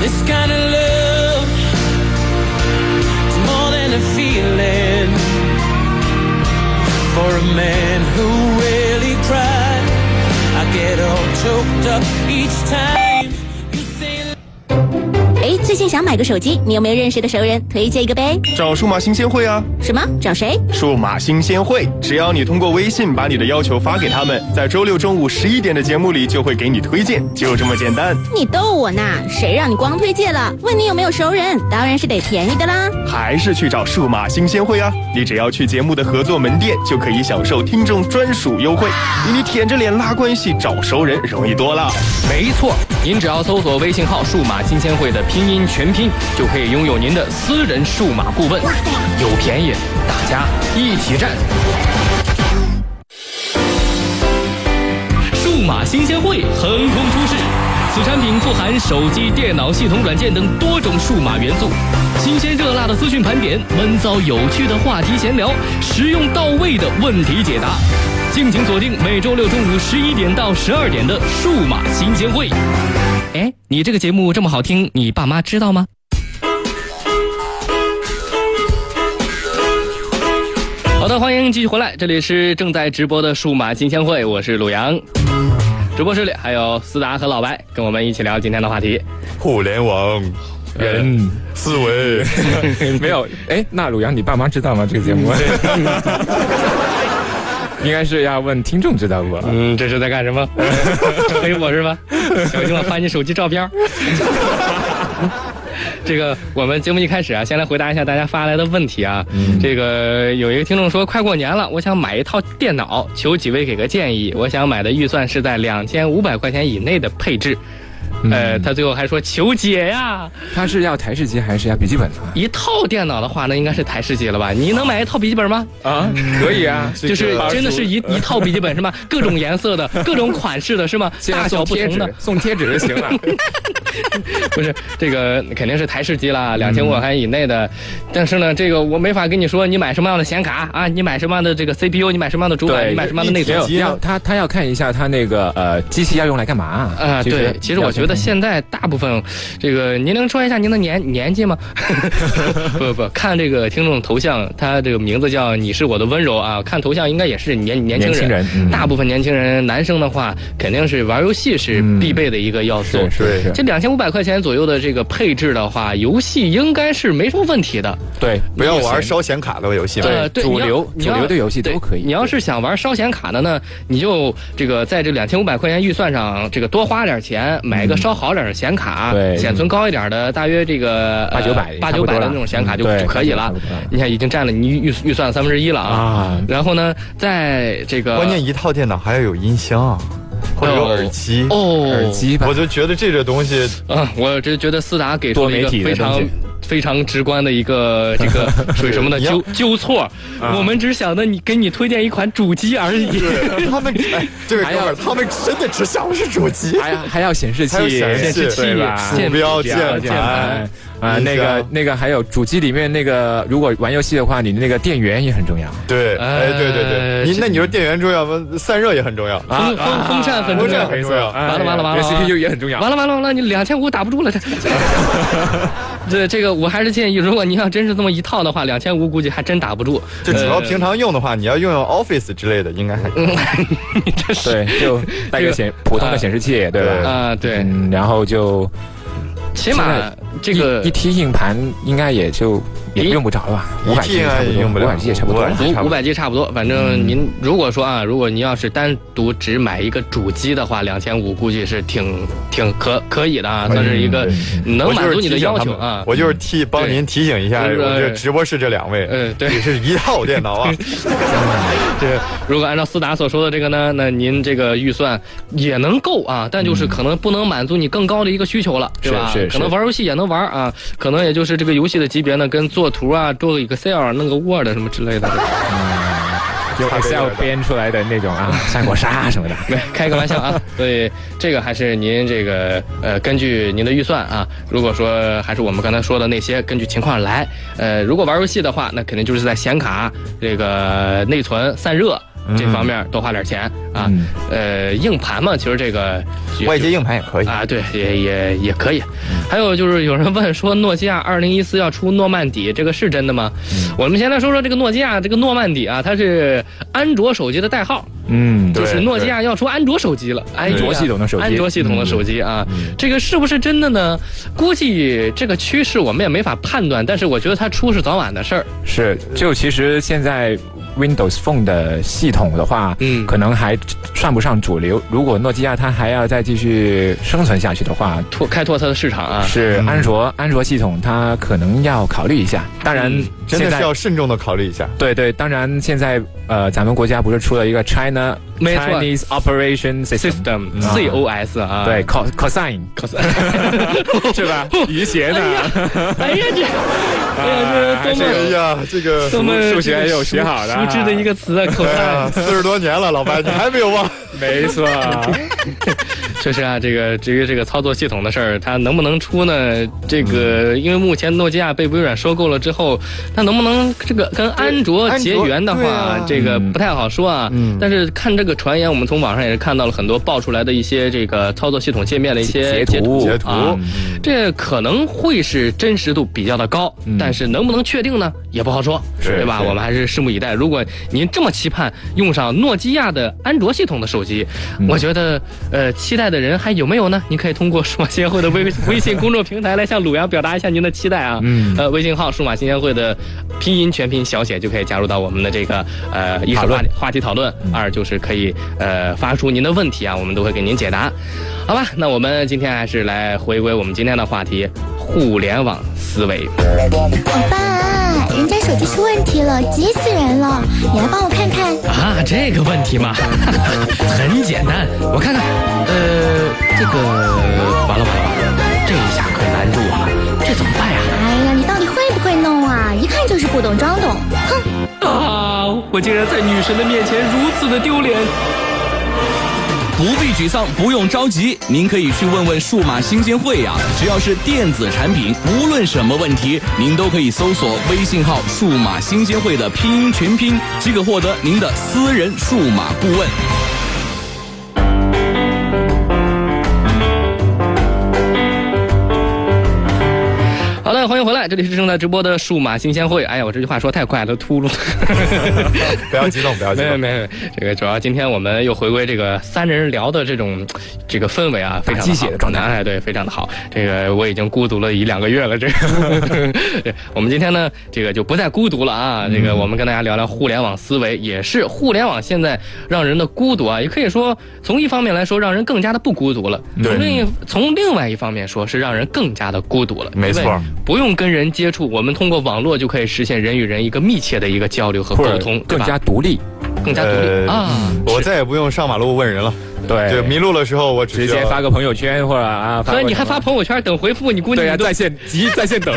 S6: This kind of love it's more than a feeling for a man who really tried. I get all choked up each time.
S7: 哎，最近想买个手机，你有没有认识的熟人推荐一个呗？
S8: 找数码新鲜会啊！
S7: 什么？找谁？
S8: 数码新鲜会，只要你通过微信把你的要求发给他们，在周六中午十一点的节目里就会给你推荐，就这么简单。
S7: 你逗我呢？谁让你光推荐了？问你有没有熟人，当然是得便宜的啦。
S8: 还是去找数码新鲜会啊！你只要去节目的合作门店，就可以享受听众专属优惠，比你舔着脸拉关系找熟人容易多了。
S1: 没错，您只要搜索微信号“数码新鲜会”的拼音全拼，就可以拥有您的私人数码顾问。有便宜，大家一起占。数码新鲜会横空出世，此产品富含手机、电脑系统软件等多种数码元素，新鲜热辣的资讯盘点，闷骚有趣的话题闲聊，实用到位的问题解答。敬请锁定每周六中午十一点到十二点的数码新鲜会。哎，你这个节目这么好听，你爸妈知道吗？好的，欢迎继续回来，这里是正在直播的数码新鲜会，我是鲁阳。直播室里还有思达和老白，跟我们一起聊今天的话题。
S2: 互联网
S3: 人
S2: 思维，
S3: 没有，哎，那鲁阳，你爸妈知道吗？这个节目？
S1: 嗯
S3: 应该是要问听众知道不？
S1: 嗯，这是在干什 么？黑我是 吧？小心我翻你手机照片儿。这个我们节目一开始啊，先来回答一下大家发来的问题啊。这个有一个听众说，快过年了，我想买一套电脑，求几位给个建议。我想买的预算是在两千五百块钱以内的配置。呃，他最后还说求解呀，
S3: 他是要台式机还是要笔记本啊？
S1: 一套电脑的话，那应该是台式机了吧？你能买一套笔记本吗？
S3: 啊，可以啊，
S1: 就是真的是一
S3: 呃
S1: 一套笔记本是 吗？各种颜色的，各种款式的是吗？
S3: 现
S1: 大
S3: 在
S1: 小
S3: 送
S1: 不
S3: 贴
S1: 同的
S3: 纸，，送贴纸就行了。
S1: 不是这个肯定是台式机
S3: 嗯
S1: 啦，两千五百块钱以内的。但是呢，这个我没法跟你说你买什么样的显卡啊，你买什么样的这个 CPU，你买什么样的主板，
S3: 对
S1: 你买什么样的内
S3: 没
S1: 存
S3: 有。要他他要看一下他那个呃机器要用来干嘛
S1: 啊、对，其实我觉得现在大部分，这个您能说一下您的年年纪 吗？不不，看这个听众头像，他这个名字叫你是我的温柔啊，看头像应该也是年年轻人。
S3: 年轻人嗯
S1: 大部分年轻人，男生的话肯定是玩游戏是必备的一个要素。
S3: 嗯是是是，
S1: 这两千五百块钱左右的这个配置的话，游戏应该是没什么问题的。
S3: 对
S2: 不要玩烧显卡的游戏嘛。
S1: 呃，对，
S3: 主
S1: 你要
S3: 流
S1: 你要
S3: 主流的游戏都
S1: 对
S3: 可以
S1: 你要是想玩烧显卡的呢，你就这个在这两千五百块钱预算上，这个多花点钱买一个稍好点的显卡，
S3: 嗯对嗯
S1: 显存高一点的，大约这个呃
S3: 八九百
S1: 八九百的那种显卡就
S3: 差不多了
S1: 就可以了
S3: 嗯对差不多了。
S1: 你看已经占了你预预预算三分之一了啊。
S3: 啊，
S1: 然后呢，在这个
S2: 关键一套电脑还要有音箱，或者有耳机。
S1: 呃哦，
S3: 耳机吧
S2: 我，就觉得这个 东西
S1: 啊，我这觉得斯达给出了一个
S3: 多媒体的
S1: 非常
S3: 东西
S1: 非常直观的一 个这个属于什么呢？
S2: 你要
S1: 纠纠错，
S3: 啊
S1: 我们只想着你给你推荐一款主机而已。
S2: 他们哎，这位哥们
S3: 还
S2: 儿，
S3: 有
S2: 他们真的只想的是主机。
S3: 还还要显示器
S2: 还有，显
S1: 显示器
S3: 对吧、
S1: 键
S2: 鼠标、
S1: 鼠
S2: 键
S1: 标键
S2: 盘
S1: 盘，
S3: 啊，那个那个还有主机里面那个，如果玩游戏的话，你那个电源也很重要。
S2: 对，哎，对对对，
S1: 呃
S2: 你
S1: 这
S2: 那你说电源重要吗？散热也很重要。
S3: 啊
S1: 风风风扇啊很重
S2: 风
S1: 要
S2: 扇，很重要
S3: 哎
S1: 啊完了完了完了
S3: 对
S1: 完了
S3: ，CPU 也很重要。
S1: 完了完了完了，你两千五打不住了这。 这这个我还是建议，如果您要真是这么一套的话，两千五估计还真打不住。
S2: 就主要
S1: 呃
S2: 平常用的话，你要用用 Office 之类的，应 该还
S1: 你这是
S3: 对，就带
S1: 这
S3: 个
S1: 个
S3: 显普通的显示器，对
S2: 对
S3: 吧？
S1: 啊，对，
S3: 嗯，然后就
S1: 起码这个
S3: 一一 T 硬盘应该也就也
S1: 一啊
S3: 用不着了吧？
S2: 一
S3: 五百
S2: T
S3: G
S2: 应
S3: 差
S2: 该
S3: 不
S2: 也
S3: 多，
S2: 用不了
S3: 五百 G 也差不多
S2: 500 G 差
S1: 五五
S2: 不
S1: 百 G 差不多，反正您如果说啊，如果您要是单独只买一个主机的话，两千五估计是挺挺可可以的啊，算是一个能满足你的要求啊。
S2: 我就是提帮您提醒一下，
S1: 对
S2: 我
S1: 呃
S2: 这直播室这两位，
S1: 呃对
S2: 也是一套电脑 啊，
S1: 对，如果按照思达所说的这个呢，那您这个预算也能够啊，但就是可能不能满足你更高的一个需求了，对吧？
S3: 嗯是是
S1: 可能玩游戏也能玩啊，可能也就是这个游戏的级别呢，跟做图啊、做 Excel、弄个 Word 啊什么之类的。
S3: 用
S2: 差别有
S3: Excel
S2: 点
S3: 编出来的那种啊，三国杀什么的。
S1: 没开个玩笑啊，所以这个还是您这个呃，根据您的预算啊，如果说还是我们刚才说的那些，根据情况来。呃，如果玩游戏的话，那肯定就是在显卡、这个内存、散热
S2: 嗯
S1: 这方面多花点钱啊。
S3: 嗯
S1: 呃，硬盘嘛，其实这个也
S2: 外接嗯硬盘也可以。
S1: 啊，对，也也也可以。还有就是有人问说，诺基亚二零一四要出诺曼底，这个
S2: 嗯
S1: 是真的吗？我们先来说说这个诺基亚这个诺曼底啊，它是安卓手机的代号。
S3: 嗯，
S2: 对
S1: 就是诺基亚要出安卓手机了，安
S3: 卓系统的手机
S1: 安卓系统的手机啊，这个是不是真的呢？估计这个趋势我们也没法判断，但是我觉得它出是早晚的事儿。
S3: 是，就其实现在 Windows Phone 的系统的话，
S1: 嗯
S3: 可能还算不上主流。如果诺基亚它还要再继续生存下去的话，
S1: 拓开拓它的市场啊，
S3: 是安卓、安卓系统它可能要考虑一下。当然
S1: 嗯，
S2: 真
S3: 现
S2: 的
S3: 在
S2: 是要慎重的考虑一下。
S3: 对对，当然现在呃，咱们国家不是出了一个 China
S1: 没错
S3: Chinese Operation System。
S1: System COS 啊，
S3: 对，cos cosine 是 吧？余弦啊的，
S1: 哎呀这，哎呀这多
S2: 哎
S1: 么
S2: 呀，这个
S1: 多么
S3: 数学又学好了
S1: 熟知的一个词啊，口
S2: 哎
S1: 袋
S2: 呀，。四十多年了，老白你还没有 忘？
S3: 没 错，
S1: 确实啊，这个至于这个操作系统的事儿，它能不能出呢？这个因为目前诺基亚被微软收购了之后，它能不能这个跟安卓
S2: 安
S1: 结
S2: 卓
S1: 缘的话，
S2: 对啊
S1: 这个不太好说啊。
S2: 嗯
S1: 但是看这个传言，我们从网上也是看到了很多爆出来的一些这个操作系统界面的一些
S3: 截图
S2: 截图
S1: 啊，这可能会是真实度比较的高，但是能不能确定呢，也不好说，
S3: 是
S1: 对吧？
S3: 是
S1: 我们还是拭目以待。如果您这么期盼用上诺基亚的安卓系统的手机，
S3: 嗯
S1: 我觉得呃，期待的人还有没有呢？您可以通过数码新鲜会的微微信 公众平台来向鲁阳表达一下您的期待啊。
S3: 嗯
S1: 呃，微信号数码新鲜会的拼音全拼小写就可以加入到我们的这个呃一是
S3: 讨论
S1: 话
S3: 嗯
S1: 题话题讨论，二就是可以呃发出您的问题啊，我们都会给您解答。好吧，那我们今天还是来回归我们今天的话题——互联网思维。
S4: 欧巴，哦人家手机出问题了，急死人了，你来帮我看看。
S1: 啊，这个问题嘛， 很简单，我看看，呃，这个完了完了完了，这一下可难住我了，这怎么办呀？
S4: 哎呀，你到底会不会弄啊？一看就是不懂装懂。哼，
S1: 啊，我竟然在女神的面前如此的丢脸。
S5: 不必沮丧，不用着急，您可以去问问数码新鲜会呀、只要是电子产品，无论什么问题，您都可以搜索微信号“数码新鲜会”的拼音全拼，即可获得您的私人数码顾问。
S1: 好的，欢迎回来，这里是正在直播的数码新鲜会。哎呀，我这句话说太快了，秃噜。
S2: 不要激动，不要激
S1: 没有
S2: 动。
S1: 没有没有，这个主要今天我们又回归这个三人聊的这种这个氛围啊，非常
S3: 鸡血的状态
S1: 哎，对，非常的好。这个我已经孤独了一两个月了，这个对我们今天呢，这个就不再孤独了啊。这个我们跟大家聊聊互联网思维，也是互联网现在让人的孤独啊，也可以说从一方面来说让人更加的不孤独了，从另一从另外一方面说是让人更加的孤独了，
S2: 没错
S1: 因为不用跟人接触，我们通过网络就可以实现人与人一个密切的一个交流和沟通，对
S3: 更
S1: 吧
S3: 加独立，
S1: 更加独立
S2: 呃
S1: 啊。
S2: 我再也不用上马路问人了，
S3: 对
S2: 就迷路的时候我只
S3: 直
S2: 需要
S3: 接发个朋友圈或者啊，
S1: 所以你还发
S3: 发个
S1: 朋友圈等回复，你估
S3: 什
S1: 计
S3: 么对
S1: 你
S3: 啊，
S1: 都
S3: 在线急在线 等，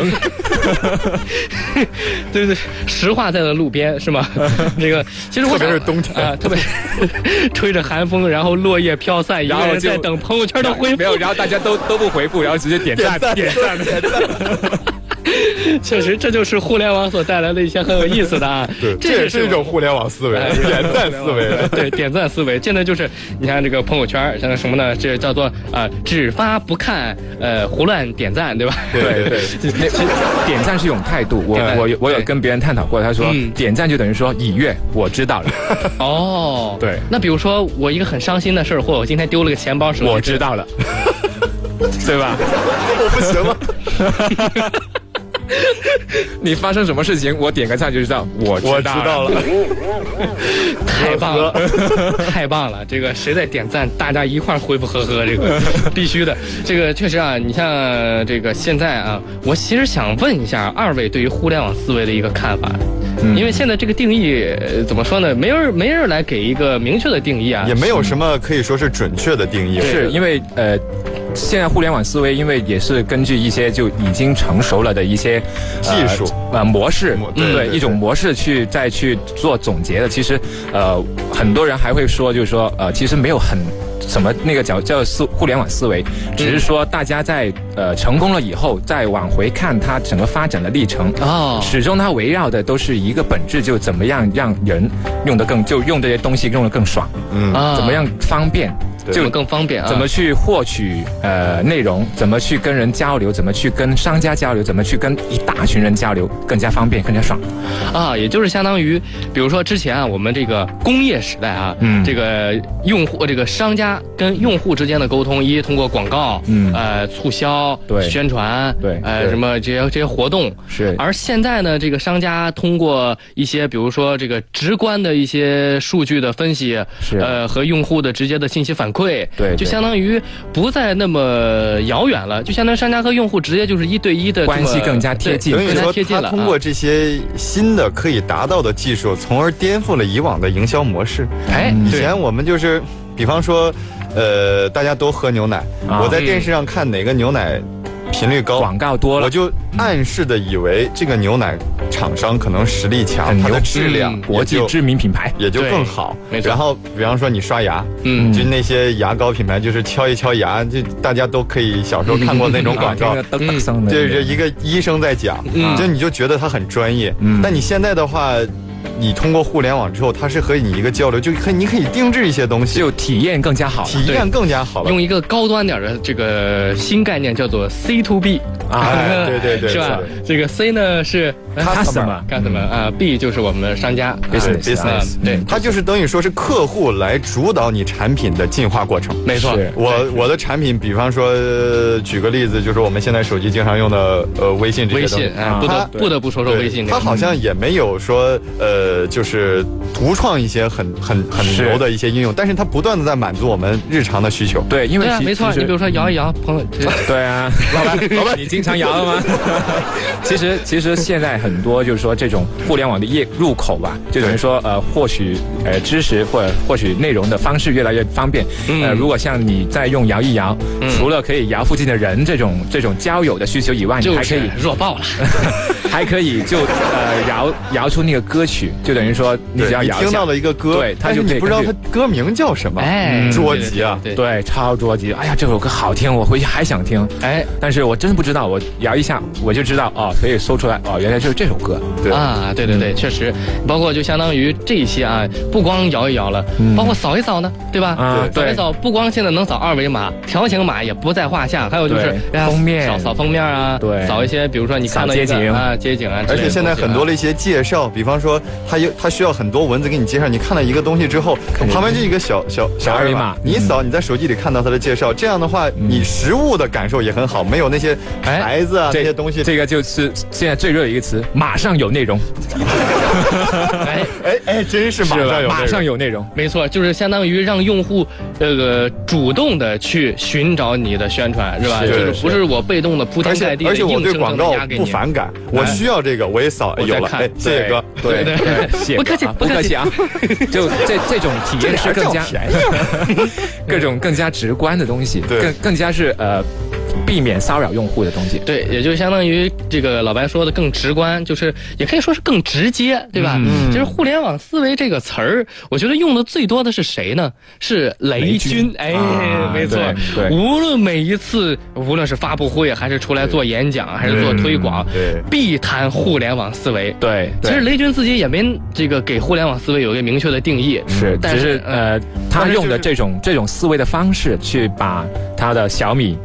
S1: 对对，实话在的路边 是吗？这个其实我
S2: 特别
S1: 想
S2: 是冬天
S1: 啊，特别是 吹着寒风，然后落叶飘散，一
S3: 然
S1: 个
S3: 后
S1: 人在
S3: 就
S1: 等朋友圈的回
S3: 没有，
S1: 复，
S3: 然后大家都都不回复，然后直接点赞点赞，
S1: 确实这就是互联网所带来的一些很有意思的啊。
S2: 对，这也是一种哎互联网思 维，点赞思维。
S1: 对，点赞思维，现在就是你看这个朋友圈，像什么呢？这叫做啊、呃只发不看，呃，胡乱点赞，对吧？
S2: 对对，
S3: 那那点赞是一种态度。我
S1: 对
S3: 我有我有
S1: 对
S3: 跟别人探讨过，他说
S1: 嗯
S3: 点赞就等于说已阅，我知 道了，
S1: 哦，
S3: 对
S1: 那比如说我一个很伤心的事儿，或者我今天丢了个钱包什么，
S3: 我知道 了，对吧？
S2: 我不行了，
S3: 你发生什么事情，我点个赞就知道，我
S2: 我知道
S3: 了。
S2: 了。
S1: 太棒了， 太棒了！这个谁在点赞，大家一块儿恢复呵呵，这个必须的。这个确实啊，你像这个现在啊，我其实想问一下二位对于互联网思维的一个看法，
S3: 嗯
S1: 因为现在这个定义、呃怎么说呢？没人没人来给一个明确的定义啊
S2: 也。没有什么可以说是准确的定义。
S3: 是因为呃，现在互联网思维，因为也是根据一些就已经成熟了的一些呃
S2: 技术
S3: 呃模式
S2: 模，对
S3: 对
S2: 对对
S3: 一种模式去再去做总结的。其实呃，很多人还会说，就是说呃，其实没有很。什么那个叫叫思互联网思维，只是说大家在呃成功了以后，再往回看它整个发展的历程，
S2: 啊
S1: 哦
S3: 始终它围绕的都是一个本质，就怎么样让人用得更就用这些东西用得更爽，
S2: 嗯，
S1: 啊
S3: 怎么样方便？
S2: 对
S1: 我们更方便啊。
S3: 怎么去获取呃内容，怎么去跟人交流，怎么去跟商家交流，怎么去跟一大群人交流，更加方便，更加爽。
S1: 啊，也就是相当于，比如说之前啊，我们这个工业时代啊，
S3: 嗯
S1: 这个用户、这个商家跟用户之间的沟通，一通过广告，
S3: 嗯
S1: 呃，促销，
S3: 对
S1: 宣传，
S3: 对
S1: 呃，
S3: 对
S1: 什么这些这些活动。
S3: 是
S1: 而现在呢，这个商家通过一些，比如说这个直观的一些数据的分析，
S3: 是
S1: 呃，和用户的直接的信息反馈，
S3: 对
S1: 就
S3: 对
S1: 相当于不再那么遥远了，就相当于商家和用户直接就是一对一的这
S3: 关系
S1: 么
S3: 更加贴
S1: 对
S3: 近
S2: 等于
S1: 更加
S2: 说，
S1: 贴近
S2: 他
S1: 了。
S2: 通
S1: 啊
S2: 过这些新的可以达到的技术，从而颠覆了以往的营销模式。
S1: 哎，
S2: 以
S1: 对。
S2: 前我们就是，比方说，呃，大家都喝牛奶，
S3: 啊
S2: 我在电视上看哪个牛奶频率高，
S3: 广告多
S2: 我
S3: 了，
S2: 就暗示的以为这个牛奶厂商可能实力强
S3: 很，
S2: 它的
S3: 牛
S2: 质量也就
S3: 国际知名品牌。
S2: 也就
S1: 对
S2: 更好。
S1: 没错
S2: 然后，比方说你刷牙，
S1: 嗯
S2: 就那些牙膏品牌，就是敲一敲牙，就大家都可以小时候看过 那种广告嗯
S3: 啊，听着噔噔声的
S2: 对，这
S3: 那种
S2: 一个医生在讲，
S1: 嗯
S2: 就你就觉得他很专业。
S3: 嗯
S2: 但你现在的话，你通过互联网之后，它是和你一个交流，就可以你可以定制一些东西，
S3: 就体验更加好了
S2: 体验更加好了。
S1: 用一个高端点儿的这个新概念叫做 C to B，
S2: 哎，对对对，
S1: 是吧
S2: 对？
S1: 这个 C 呢是呃
S3: Customer
S1: customer 啊，B 就是我们商家
S3: 对
S2: 对
S3: business
S1: 啊
S3: 啊
S2: business，
S1: 对，
S2: 它就是等于说是客户来主导你产品的进化过程。
S1: 没错，
S3: 是
S2: 我我的产品，比方说，呃举个例子，就是我们现在手机经常用的呃微信这
S1: 微
S2: 些东西
S1: 信，啊，
S3: 啊
S1: 不得
S2: 它
S1: 不得不说说微信这
S2: 它
S1: 个。
S2: 好像也没有说呃，就是独创一些很很很
S3: 是
S2: 牛的一些应用，但是它不断的在满足我们日常的需求。
S3: 对，因为
S1: 对啊，
S3: 其
S1: 没错，
S3: 其实
S1: 你比如说摇一摇，朋友，这
S3: 对啊，老板，老 板，你经常摇了 吗？其实，其实现在很多就是说这种互联网的业入口吧，就等于说呃，获取呃知识或者获取内容的方式越来越方便。
S2: 嗯
S3: 呃，如果像你在用摇一摇，除了可以摇附近的人这种这种交友的需求以外，你
S1: 就
S3: 还可
S1: 是
S3: 以
S1: 弱爆了。
S3: 还可以就呃摇摇出那个歌曲，就等于说你只要
S2: 对
S3: 摇一
S2: 听
S3: 下
S2: 到，了一个歌，
S3: 对它
S2: 但是
S3: 就可以
S2: 你不知道它
S3: 根
S2: 歌名叫什么，
S1: 哎，
S2: 啊捉急啊！
S1: 对，对对
S3: 对，超着急。哎呀，这首歌好听，我回去还想听。
S1: 哎
S3: 但是我真不知道，我摇一下我就知道哦，可以搜出来哦，原来就是这首歌。
S2: 对
S1: 啊，对对对，确实，包括就相当于这些啊，不光摇一摇了，包括扫一扫呢，对吧？
S3: 啊
S1: 扫一
S3: 对
S1: 扫，不光现在能扫二维码，条形码也不在话下。还有就是
S3: 对
S1: 哎呀
S3: 封面
S1: 扫扫封面啊，
S3: 对
S1: 扫一些，比如说你看到
S3: 扫街
S1: 一个
S3: 景
S1: 啊，街景啊，
S2: 而且现在很多
S1: 的
S2: 的一些介绍，比方说它有它需要很多文字给你介绍，你看到一个东西之后，旁边就一个小小小
S3: 二维码嗯
S2: 你一扫，你在手机里看到它的介绍，这样的话你实物的感受也很好，没有那些
S3: 哎
S2: 牌子啊那些东西。
S3: 这个就是现在最热的一个词，马上有内容，
S1: 东 西啊，哎，
S2: 哎哎，真是马
S3: 是
S2: 上
S3: 吧
S2: 有
S3: 马上
S2: 有。
S3: 有内容，
S1: 没错，就是相当于让用户这个主动的去寻找你的宣传，是吧？
S2: 是
S1: 就是不
S2: 是
S1: 是我被动的铺
S2: 而
S1: 天盖
S2: 且
S1: 地
S2: 而
S1: 的
S2: 且我
S1: 硬
S2: 对
S1: 生
S2: 广
S1: 生的
S2: 告
S1: 压给
S2: 不
S1: 你。
S2: 反感，我需要这个我也扫，哎
S1: 我再
S2: 有了，
S1: 看
S2: 哎，谢谢
S3: 对
S2: 哥。
S3: 对
S1: 对
S3: 对，谢谢
S1: 不客气
S3: 啊
S1: 不
S3: 不
S1: 客
S3: 客
S1: 气
S3: 气啊，就这这种体验是更加
S2: 这俩
S3: 各种更加直观的东西，
S2: 对
S3: 更更加是呃避免骚扰用户的东西。
S1: 对，也就相当于这个老白说的更直观，就是也可以说是更直接，对吧？嗯，就是互联网思维这个词儿，我觉得用的最多的是谁呢？是雷军，
S3: 雷军
S1: 哎，
S3: 啊
S1: 没错
S3: 对，对
S1: 无论每一次，无论是发布会，还是出来做演讲，还是做推广，
S2: 对
S1: 必谈互联网思维。
S3: 对，
S1: 其
S3: 对
S1: 实雷军自己也没这个给互联网思维有一个明确的定义，
S3: 是，
S1: 但
S3: 只是
S1: 呃，
S3: 呃，
S2: 但
S3: 他
S2: 是
S3: 用的
S2: 就是
S3: 这种这种思维的方式去把他的小米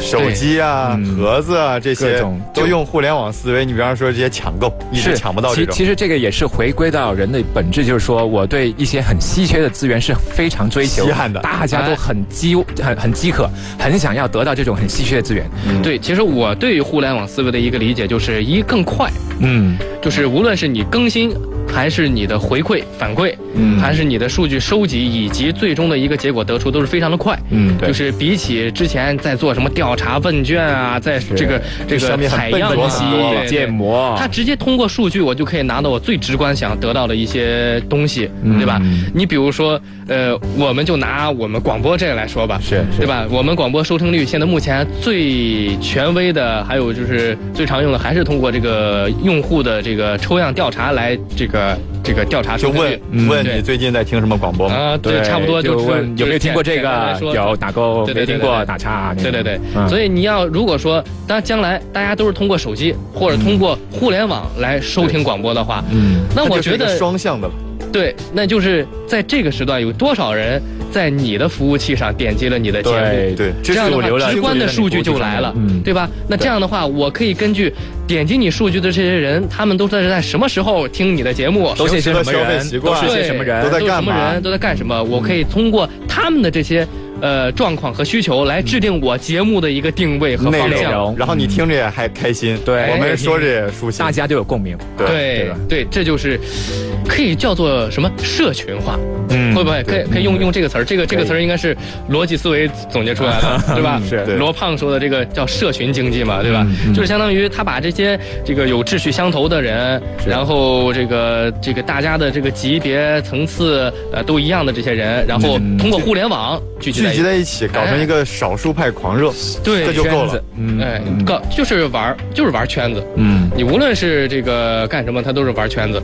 S2: 手机啊、
S3: 嗯
S2: 盒子啊这
S3: 各
S2: 些
S3: 种
S2: 都用互联网思维，你比方说这些抢购，一直
S3: 是
S2: 抢不到这
S3: 其
S2: 种。
S3: 其实这个也是回归到人的本质，就是说我对一些很稀缺的资源是非常追求
S2: 稀罕的
S3: 大家都
S1: 哎
S3: 很饥很很饥渴，很想要得到这种很稀缺的资源。
S2: 嗯
S1: 对，其实我对于互联网思维的一个理解就是一更快。
S3: 嗯，
S1: 就是无论是你更新，还是你的回馈反馈，
S3: 嗯
S1: 还是你的数据收集，以及最终的一个结果得出，都是非常的快。
S3: 嗯对
S1: 就是比起之前在做什么调查问卷啊，在这个这
S2: 上
S1: 个
S2: 面很
S1: 采
S2: 笨
S1: 样
S2: 拙
S1: 析
S2: 很多了
S1: 对对
S3: 建模
S1: 它直接通过数据，我就可以拿到我最直观想得到的一些东西，对吧？你比如说，呃，我们就拿我们广播这个来说吧，
S3: 是是
S1: 对吧？我们广播收听率现在目前最权威的，还有就是最常用的，还是通过这个用户的这个抽样调查来这个这个调查收
S2: 就
S1: 听率
S2: 问。问
S1: 对
S2: 你最近在听什么广播吗？
S1: 啊，对，差不多
S3: 就是问有没有听过这个？。
S1: 就是简简单来说
S3: 有打勾，
S1: 对对
S3: 没
S1: 对
S3: 听
S1: 对
S3: 过
S1: 对
S3: 打叉。那
S1: 对对
S3: 种
S1: 对，
S3: 嗯
S1: 所以你要如果说，当将来大家都是通过手机或者通过互联网来收听广播的话，
S3: 嗯
S1: 那
S2: 它
S1: 我
S2: 就是
S1: 觉
S2: 一个
S1: 得
S2: 双向的了。
S1: 对，那就是在这个时段有多少人在你的服务器上点击了你的节目。
S3: 对
S2: 对
S1: 这样的话，直观的数据就来了，
S3: 嗯，
S1: 对吧？那这样的话，我可以根据点击你数据的这些人，他们都在在什么时候听你的节目，
S3: 都是一些什么
S2: 平时的消费
S3: 人，
S2: 习
S3: 都
S2: 惯
S3: 是一些什么人
S2: 都，在
S1: 都有
S2: 干
S1: 什么
S2: 嘛嗯
S1: 人，都在干什么，我可以通过他们的这些呃状况和需求来制定我节目的一个定位和
S2: 内
S1: 方向。
S2: 容，然后你听着也还开心，
S3: 对
S2: 我们说着也舒心
S3: 大，家都有共鸣，
S1: 对
S3: 对吧
S1: 对，这就是可以叫做什么社群化，
S3: 嗯
S1: 会不会可以可以用用这个词儿？这个这个
S3: 可以
S1: 词儿应该是逻辑思维总结出来的，对吧？
S3: 是
S2: 对
S1: 罗胖说的这个叫社群经济嘛，对吧？就是相当于他把这些这个有志趣相投的人，然后这个这个大家的这个级别层次呃都一样的这些人，然后通过互联网聚集
S2: 聚
S1: 在一
S2: 集
S1: 起，
S2: 在一起，搞成一个少数派狂热，
S1: 对
S2: 这就够了。
S3: 嗯
S1: 哎，搞就是玩儿就是玩圈子，
S3: 嗯，
S1: 你无论是这个干什么，他都是玩圈子。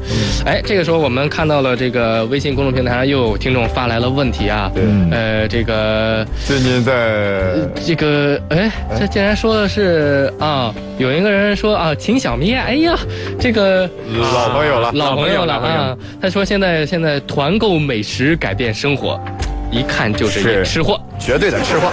S1: 哎，这个时候我们看到了这个微信公众平台上又有听众发来了问题啊，
S2: 对
S1: 呃，这个
S2: 最近在
S1: 这个，哎，这竟然说的是啊，有一个人说啊，秦小咩，哎呀，这个
S2: 老朋友了，
S1: 老朋友了
S3: 老朋友
S1: 啊，他说现在现在团购美食改变生活，一看就是
S2: 是
S1: 一吃货，
S2: 绝对的吃货，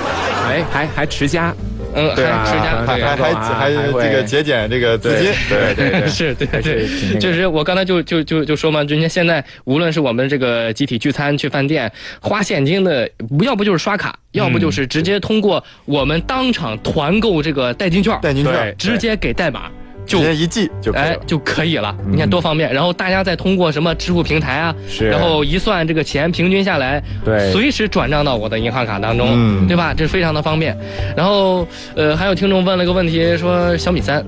S3: 哎，还还持家，
S1: 嗯，
S2: 对啊
S1: 还吃家
S2: 还
S1: 对
S2: 还还还
S3: 还会
S2: 这个节俭这个资金，
S3: 对对对，
S1: 是对对
S3: 是挺那
S1: 对，
S3: 个
S1: 就是我刚才就就就就说嘛，人家现在无论是我们这个集体聚餐去饭店花现金的，要不就是刷卡，要不就是直接通过我们当场团购这个代金券，
S2: 代金券
S3: 对
S1: 直接给代码就
S2: 直。接一记就可以
S1: 哎
S2: 了，嗯
S1: 就可以了，你看多方便。然后大家再通过什么支付平台啊，
S3: 是
S1: 然后一算这个钱平均下来，
S3: 对
S1: 随时转账到我的银行卡当中，
S2: 嗯
S1: 对吧？这非常的方便。然后呃，还有听众问了个问题，说小米 三，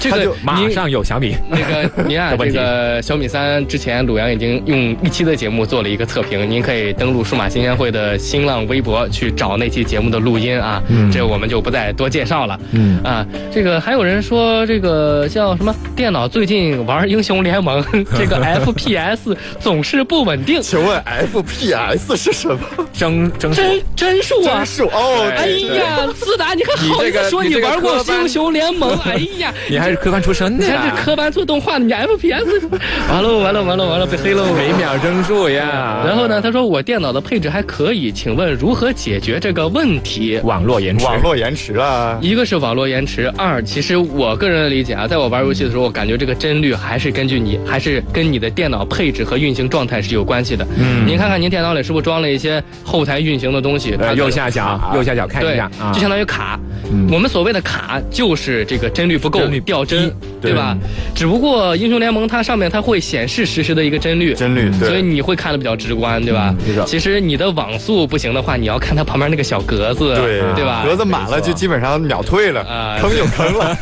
S1: 这
S2: 他
S1: 个
S2: 就
S3: 马
S1: 您
S3: 上有小米，
S1: 那个您啊
S3: 的，问
S1: 这
S3: 题
S1: 个小米三之前鲁阳已经用一期的节目做了一个测评，您可以登录数码新鲜会的新浪微博去找那期节目的录音啊，这我们就不再多介绍了。
S3: 嗯
S1: 啊，这个还有人说这个叫什么电脑最近玩英雄联 盟，这个 FPS 总是不稳 定，
S2: 请问 FPS 是什么？
S3: 争争
S1: 帧帧数啊
S2: 真。是哦，
S1: 哎呀，自达，你还好意
S3: 你
S1: 思
S3: 这个
S1: 说
S3: 你
S1: 你
S3: 这个
S1: 玩过
S3: 科班
S1: 英雄联盟？哎呀，
S3: 你还是科班出身
S1: 你
S3: 的啊
S1: 看
S3: 呀
S1: 这，科班做动画的，你 FPS，完 了完了完了完了，被黑喽。
S3: 每秒争数呀，
S1: 然后呢，他说我电脑的配置还可以，请问如何解决这个问题？
S3: 网络延迟，
S2: 网络延迟啊，
S1: 一个是网络延迟，二其实我个人的理解啊，在我玩游戏的时候，我感觉这个帧率还是根据你，还是跟你的电脑配置和运行状态是有关系的。嗯，您看看您电脑里是不是装了一些后台运行的东西？它
S3: 呃，
S1: 可
S3: 右
S1: 能
S3: 下角右下角看一
S1: 对
S3: 下啊，
S1: 就相当于卡。我们所谓的卡就是这个帧率不够
S3: 帧率，
S1: 掉帧，
S3: 对
S1: 对吧？只不过英雄联盟它上面它会显示实时的一个帧率，
S2: 帧率
S1: 所以
S2: 对，
S1: 你会看的比较直观，对吧？
S3: 是的
S1: 其实你的网速不行的话，你要看它旁边那个小格子，
S2: 对
S1: 对吧？
S2: 格子满了就基本上秒退了
S1: 啊，
S2: 坑就坑了，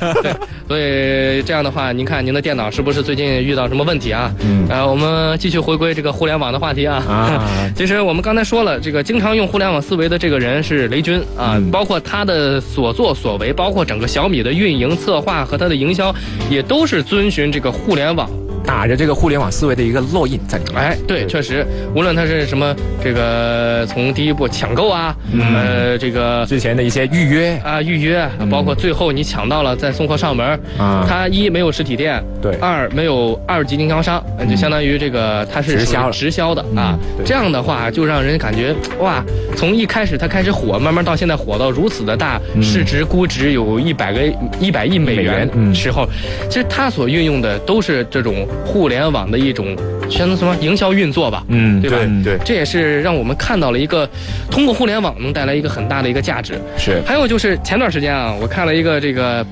S1: 所以这样的话，您看您的电脑是不是最近遇到什么问题啊？
S2: 嗯
S1: 呃，我们继续回归这个互联网的话题啊。
S3: 啊
S1: 其实我们刚才说了，这个经常用互联网思维的这个人是雷军啊，包括他的所作所为，包括整个小米的运营策划和他的营销，也都是遵循这个互联网
S3: 打着这个互联网思维的一个烙印在里面。
S1: 哎，对，确实，无论它是什么，这个从第一步抢购啊，呃，这个
S3: 之前的一些预约，
S1: 啊预约，包括最后你抢到了再送货上门儿，
S3: 嗯啊
S1: 它一没有实体店，
S3: 对嗯
S1: 二没有二级经销商，呃就相当于这个它是
S3: 直销
S1: 属于
S3: 了嗯
S1: 直销的啊，这样的话就让人感觉哇，从一开始它开始火，慢慢到现在火到如此的大，
S3: 嗯
S1: 市值估值有一百个一百亿美
S3: 美元
S1: 元
S3: 嗯
S1: 时候，其实它所运用的都是这种互联网的一种，相当于什么营销运作吧，
S3: 嗯
S1: 对吧？
S2: 对对，
S1: 这也是让我们看到了一个通过互联网能带来一个很大的一个价值。
S3: 是
S1: 还有就是前段时间啊，我看了一个这个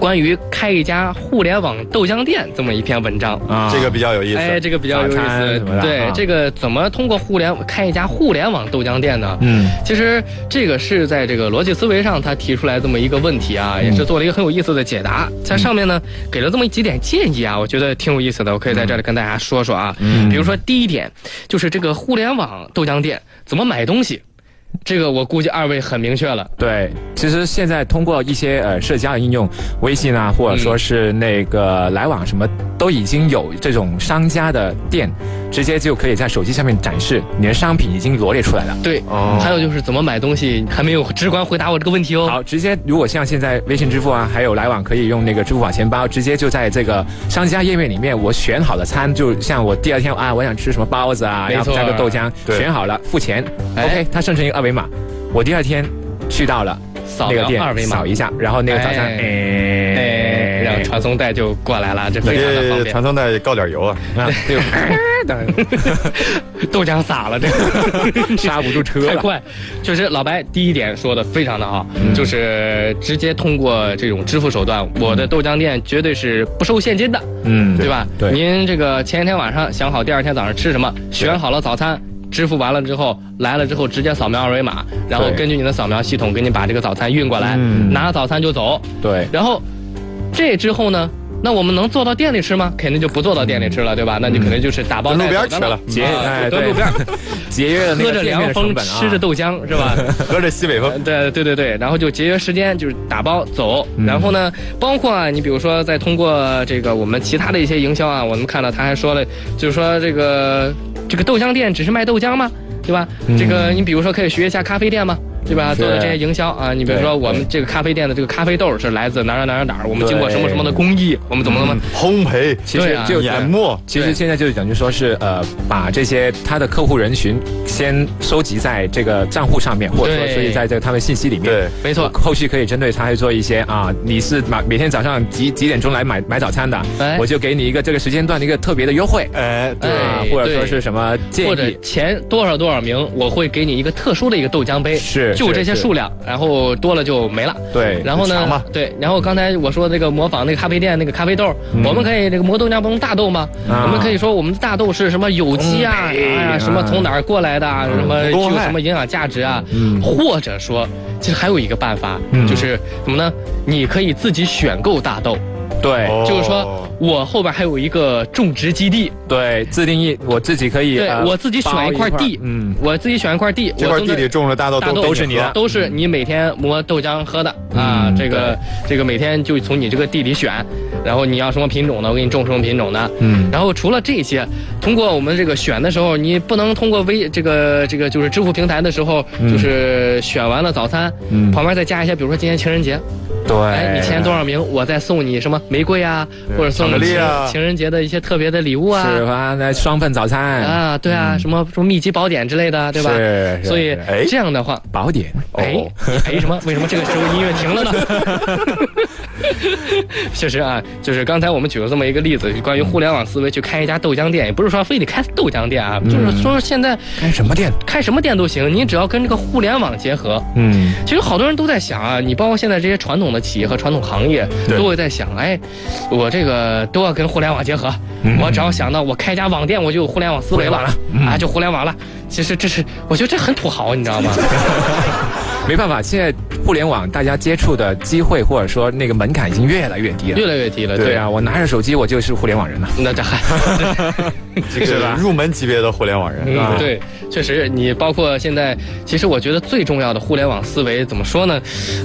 S1: 关于开一家互联网豆浆店这么一篇文章。
S3: 啊
S2: 这个比较有意
S1: 哎，
S2: 思，
S1: 这个比较有意
S3: 早餐
S1: 思
S3: 什么的。
S1: 对
S3: 啊，
S1: 这个怎么通过互联开一家互联网豆浆店呢？
S3: 嗯
S1: 其实这个是在这个逻辑思维上，他提出来这么一个问题
S3: 嗯
S1: 啊，也是做了一个很有意思的解答。在上面呢，给了这么几点建议啊，我觉得挺有意思的，我可以在这里跟大家
S3: 嗯
S1: 说说啊。比如说第一点，就是这个互联网豆浆店怎么买东西。这个我估计二位很明确了。
S3: 对，其实现在通过一些呃社交应用，微信啊，或者
S1: 嗯
S3: 说是那个来往什么，都已经有这种商家的店，直接就可以在手机上面展示你的商品已经罗列出来了。
S1: 对，
S2: 哦
S1: 还有就是怎么买东西，还没有直观回答我这个问题哦。
S3: 好，直接如果像现在微信支付啊，还有来往可以用那个支付宝钱包，直接就在这个商家页面里面，我选好了餐，就像我第二天啊，我想吃什么包子啊，
S1: 没
S3: 然后
S1: 错
S3: 加个豆浆，
S2: 对
S3: 选好了付钱、
S1: 哎
S3: o k 它生成一个二维码，我第二天去到了
S1: 扫
S3: 那个
S1: 描
S3: 店
S1: 哎二维码
S3: 扫一下，然后那个早上
S1: 哎
S3: 哎
S1: 哎，让传送带就过来了，这非常的方
S2: 给
S1: 便
S2: 传。送带告点 油啊！
S3: 啊，对，等
S1: 豆浆洒了，这个
S3: 刹不住 车
S1: 太
S3: 了。
S1: 快。就是老白第一点说的非常的好，
S3: 嗯
S1: 就是直接通过这种支付手段，我的豆浆店绝对是不收现金的，
S3: 嗯，
S1: 对吧？
S3: 对
S1: 您这个前一天晚上想好第二天早上吃什么，选好了早餐。支付完了之后，来了之后直接扫描二维码，然后
S3: 对
S1: 根据你的扫描系统给你把这个早餐运过来，
S2: 嗯
S1: 拿早餐就走。
S3: 对，
S1: 然后这之后呢，那我们能做到店里吃吗？肯定就不做到店里吃了，对吧？
S3: 嗯
S1: 那你肯定就是打包
S2: 路
S1: 带
S2: 边
S1: 走
S2: 吃
S1: 的
S2: 了，
S3: 节哎
S1: 对
S3: 对
S1: 路边儿，
S3: 节约了那
S1: 喝
S3: 个
S1: 着
S3: 店面
S1: 凉
S3: 的成
S1: 风，
S3: 本啊
S1: 吃着。豆浆是吧？
S2: 喝着西北风。
S1: 对对对对，然后就节约时间，就是打包走。
S3: 嗯
S1: 然后呢，包括啊，你比如说再通过这个我们其他的一些营销啊，我们看到他还说了，就是说这个这个豆浆店只是卖豆浆吗？对吧？
S3: 嗯
S1: 这个你比如说可以学一下咖啡店嘛。对吧？
S3: 是
S1: 做的这些营销啊，你比如说
S3: 对
S1: 我们
S3: 对
S1: 这个咖啡店的这个咖啡豆是来自哪儿哪儿哪儿哪儿，我们经过
S3: 对嗯
S1: 什么什么的工艺，我们怎么怎么，
S2: 烘焙、
S3: 其实
S1: 对啊
S3: 就
S2: 研磨，
S3: 其实现在就是等于说是呃，把这些他的客户人群先收集在这个账户上面，或者说
S1: 对
S3: 所以在这个他们信息里面。
S2: 对，
S1: 没错，
S3: 后续可以针对他去做一些啊，你是买每天早上几几点钟来买买早餐的，
S1: 哎
S3: 我就给你一个这个时间段的一个特别的优惠，啊
S2: 哎，对，
S1: 哎
S3: 或者
S1: 对
S3: 说是什么建
S1: 或者
S3: 议，
S1: 前多少多少名，我会给你一个特殊的一个豆浆杯，
S3: 是
S1: 就是这些
S3: 是
S1: 数量，然后多了就没了。
S3: 对，
S1: 然后
S2: 尝嘛
S1: 呢？对，然后刚才我说那个模仿那个咖啡店那个咖啡豆，我们可以这个磨豆浆不用大豆吗？
S3: 嗯啊
S1: 我们可以说我们的大豆是什么有机啊，
S3: 烘焙
S1: 哎呀，什么从哪儿过来的啊，
S3: 嗯
S1: 什么具
S2: 无公
S1: 有
S2: 害
S1: 什么营养价值啊？或者说，其实还有一个办法，
S3: 嗯
S1: 就是什么呢？你可以自己选购大豆，
S3: 对、
S2: 哦
S1: 哎就是说我后边还有一个种植基地，
S3: 对，自定义我自己可以，
S1: 对
S3: 呃
S1: 我自己选
S3: 包
S1: 一
S3: 一
S1: 块地，
S3: 嗯，
S1: 我自己选一块地，
S2: 这
S1: 我
S2: 块
S1: 种
S2: 地
S1: 的
S2: 里种了大豆，
S1: 大豆
S3: 都是你
S2: 啊
S3: 的
S1: 都是你每天磨豆浆喝的、啊
S3: 嗯。
S1: 这个这个每天就从你这个地里选，然后你要什么品种的，我给你种什么品种的。
S3: 嗯
S1: 然后除了这些，通过我们这个选的时候，你不能通过微这个这个就是支付平台的时候，就是选完了早餐，
S3: 嗯
S1: 旁边再加一些，比如说今天情人节，
S3: 对，
S1: 哎，你前多少名，我再送你什么玫瑰啊，或者送
S2: 巧克
S1: 你
S2: 力啊
S1: 情情人节的一些特别的礼物啊。
S3: 是吧？那双份早餐，
S1: 啊，对啊，什么什么秘籍宝典之类的，对吧？
S3: 嗯是是
S1: 所以
S3: 是哦
S2: 哎
S1: 这样的话，
S3: 宝典，
S1: 哎，你哎什么？为什么这个时候音乐停 了呢？确实啊，就是刚才我们举了这么一个例子，关于互联网思维去开一家豆浆店，也不是说非得开豆浆店啊，
S3: 嗯
S1: 就是说现在
S3: 开什么店？
S1: 开什么店都行，你只要跟这个互联网结合。
S3: 嗯，
S1: 其实好多人都在想啊，你包括现在这些传统的企业和传统行业
S2: 对
S1: 都会在想，哎，我这个都要跟互联网结合，我只要想到我开家网店，我就有互联网思维
S3: 嗯互联网
S1: 了
S3: 了，嗯
S1: 啊，就互联网了。其实这是，我觉得这很土豪，你知道吗？
S3: 没办法，现在互联网大家接触的机会或者说那个门槛已经越来越低了。
S1: 越来越低了，
S3: 对
S1: 啊。
S3: 啊，我拿着手机我就是互联网人了。
S1: 那 这还，
S2: 这个入门级别的互联网人
S1: 嗯
S2: 啊，，
S1: 对，确实，你包括现在，其实我觉得最重要的互联网思维怎么说呢？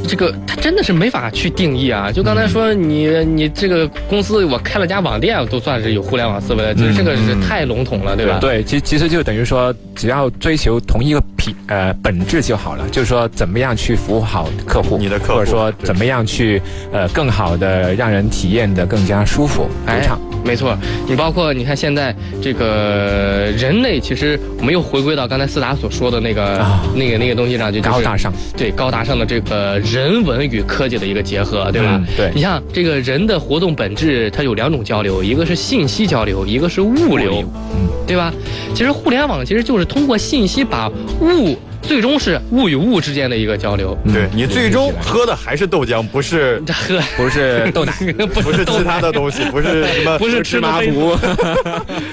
S1: 这个它真的是没法去定义啊。就刚才说你你这个公司，我开了家网店都算是有互联网思维了，就是这个是太笼统了，对吧？
S3: 对，其其实就等于说，只要追求同一个品呃本质就好了，就是说怎么样去服务好客户，
S2: 你的客户
S3: 或者说
S2: 对
S3: 怎么样去呃更好的让人体验的更加舒服
S1: 哎
S3: 流畅。
S1: 没错，你包括你看现在这个人类，其实我们又回归到刚才斯达所说的那个、
S3: 啊
S1: 那个那个东西上去，就是
S3: 高大上
S1: 对高大上的这个人文与科技的一个结合，对吧？
S3: 嗯对
S1: 你像这个人的活动本质，它有两种交流，一个是信息交流，一个是物流，
S3: 嗯
S1: 对吧？其实互联网其实就是通过信息把物。最终是物与物之间的一个交流，
S3: 嗯
S2: 对你最终喝的还是豆浆，不是
S1: 这呵，
S3: 不是豆奶，
S1: 不
S2: 不是其他的东西，不是什么
S1: 不是吃
S2: 芝麻
S1: 的杯
S2: 糊，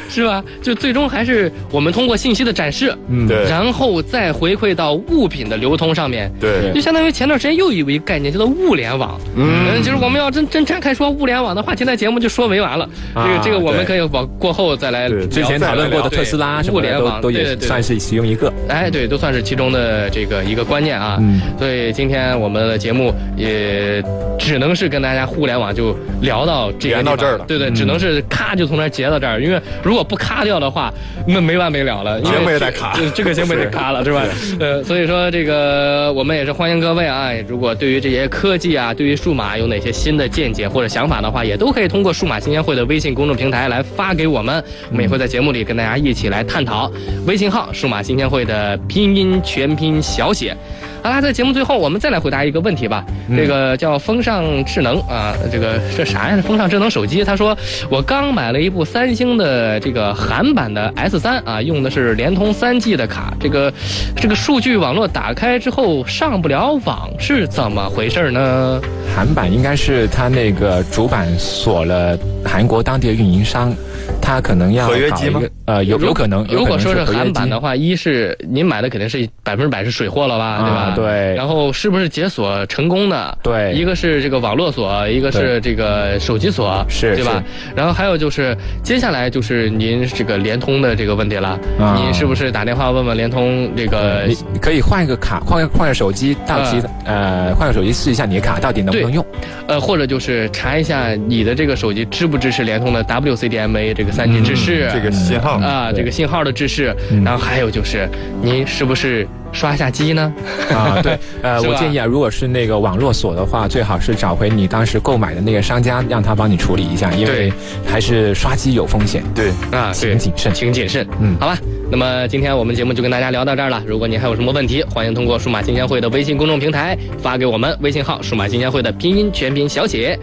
S1: 是吧？就最终还是我们通过信息的展示，
S3: 嗯
S2: 对
S1: 然后再回馈到物品的流通上面。
S2: 对
S1: 就相当于前段时间又有一个概念叫做物联网，
S2: 嗯
S1: 嗯，就是我们要真真展开说物联网的话题，那节目就说没完了。这
S3: 啊
S1: 个这个我们
S2: 对
S1: 可以往过后再来
S2: 对
S1: 聊。
S3: 之前讨论过的特斯拉什
S1: 对物
S3: 么的
S1: 联
S3: 都
S1: 网
S3: 都
S1: 对
S3: 也
S1: 对对
S3: 算是其中一个。
S1: 哎，对，都算是其中的这个一个观念啊。
S3: 嗯
S1: 所以今天我们的节目也只能是跟大家互联网就聊到这个地
S2: 聊
S1: 方
S2: 到这儿了嗯
S1: 对对，只能是咔就从那儿截到这儿，因为如果不咔掉的话，那没完没了了。因为
S2: 节目也
S1: 这
S2: 得咔
S1: 这这个节目也得咔了，是吧？呃，所以说这个我们也是欢迎各位啊，如果对于这些科技啊，对于数码有哪些新的见解或者想法的话，也都可以通过数码新鲜会的微信公众平台来发给我们，我们也会在节目里跟大家一起来探讨。微信号数码新鲜会的拼音全拼小写。好啦，在节目最后，我们再来回答一个问题吧。这个叫风尚智能啊，这个这啥呀？风尚智能手机。他说，我刚买了一部三星的这个韩版的 S 三啊，用的是联通三 G 的卡，这个这个数据网络打开之后上不了网，是怎么回事呢？
S3: 韩版应该是它那个主板锁了韩国当地的运营商，它可能要
S2: 合约机
S3: 搞一
S2: 吗
S3: 个呃，有
S1: 如
S3: 有可能，有
S1: 如
S3: 可
S1: 果
S3: 能
S1: 说是
S3: 合约
S1: 韩版
S3: 机
S1: 的话，一是您买的肯定是百分之百是水货了吧，对吧
S3: 啊，？。对
S1: 然后是不是解锁成功的？
S3: 对，
S1: 一个是这个网络锁，一个是这个手机锁，
S3: 是
S1: 对吧？然后还有就是，接下来就是您这个联通的这个问题了，
S3: 啊
S1: 您是不是打电话问问联通这个
S3: 呃，？你可以换一个卡，换个换个手机，到期
S1: 嗯
S3: 呃，换个手机试一下你的卡到底能不能用。
S1: 呃，或者就是查一下你的这个手机支不支持联通的 WCDMA 这个三 G 制式，
S2: 这个信号
S1: 啊，
S3: 嗯对
S1: 这个信号的制式。
S3: 嗯
S1: 然后还有就是，您是不是刷下机呢？
S3: 啊，对，呃，
S1: 是吧
S3: 我建议啊，如果是那个网络锁的话，最好是找回你当时购买的那个商家，让他帮你处理一下，因为
S1: 对
S3: 还是刷机有风险，
S2: 对，
S1: 啊，对
S3: 请。谨慎。
S1: 请谨慎。
S3: 嗯
S1: 好吧。那么今天我们节目就跟大家聊到这儿了。如果您还有什么问题，欢迎通过数码新鲜会的微信公众平台发给我们，微信号数码新鲜会的拼音全拼小写。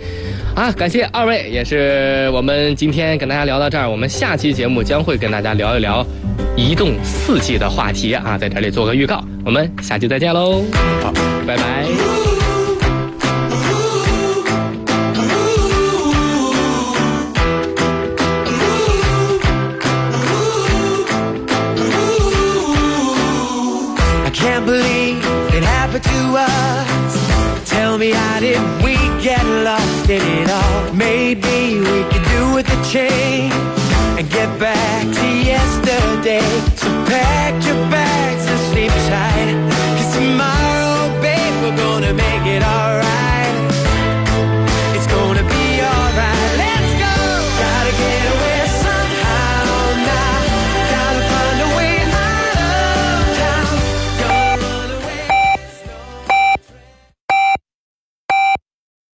S1: 啊，感谢二位，也是我们今天跟大家聊到这儿。我们下期节目将会跟大家聊一聊移动四 G 的话题啊，在这里做个预告，我们下期再见喽。好，拜拜。
S6: I can't believe it happened to us. Tell me how did we get lost in it all? Maybe we could do with a change and get back to yesterday.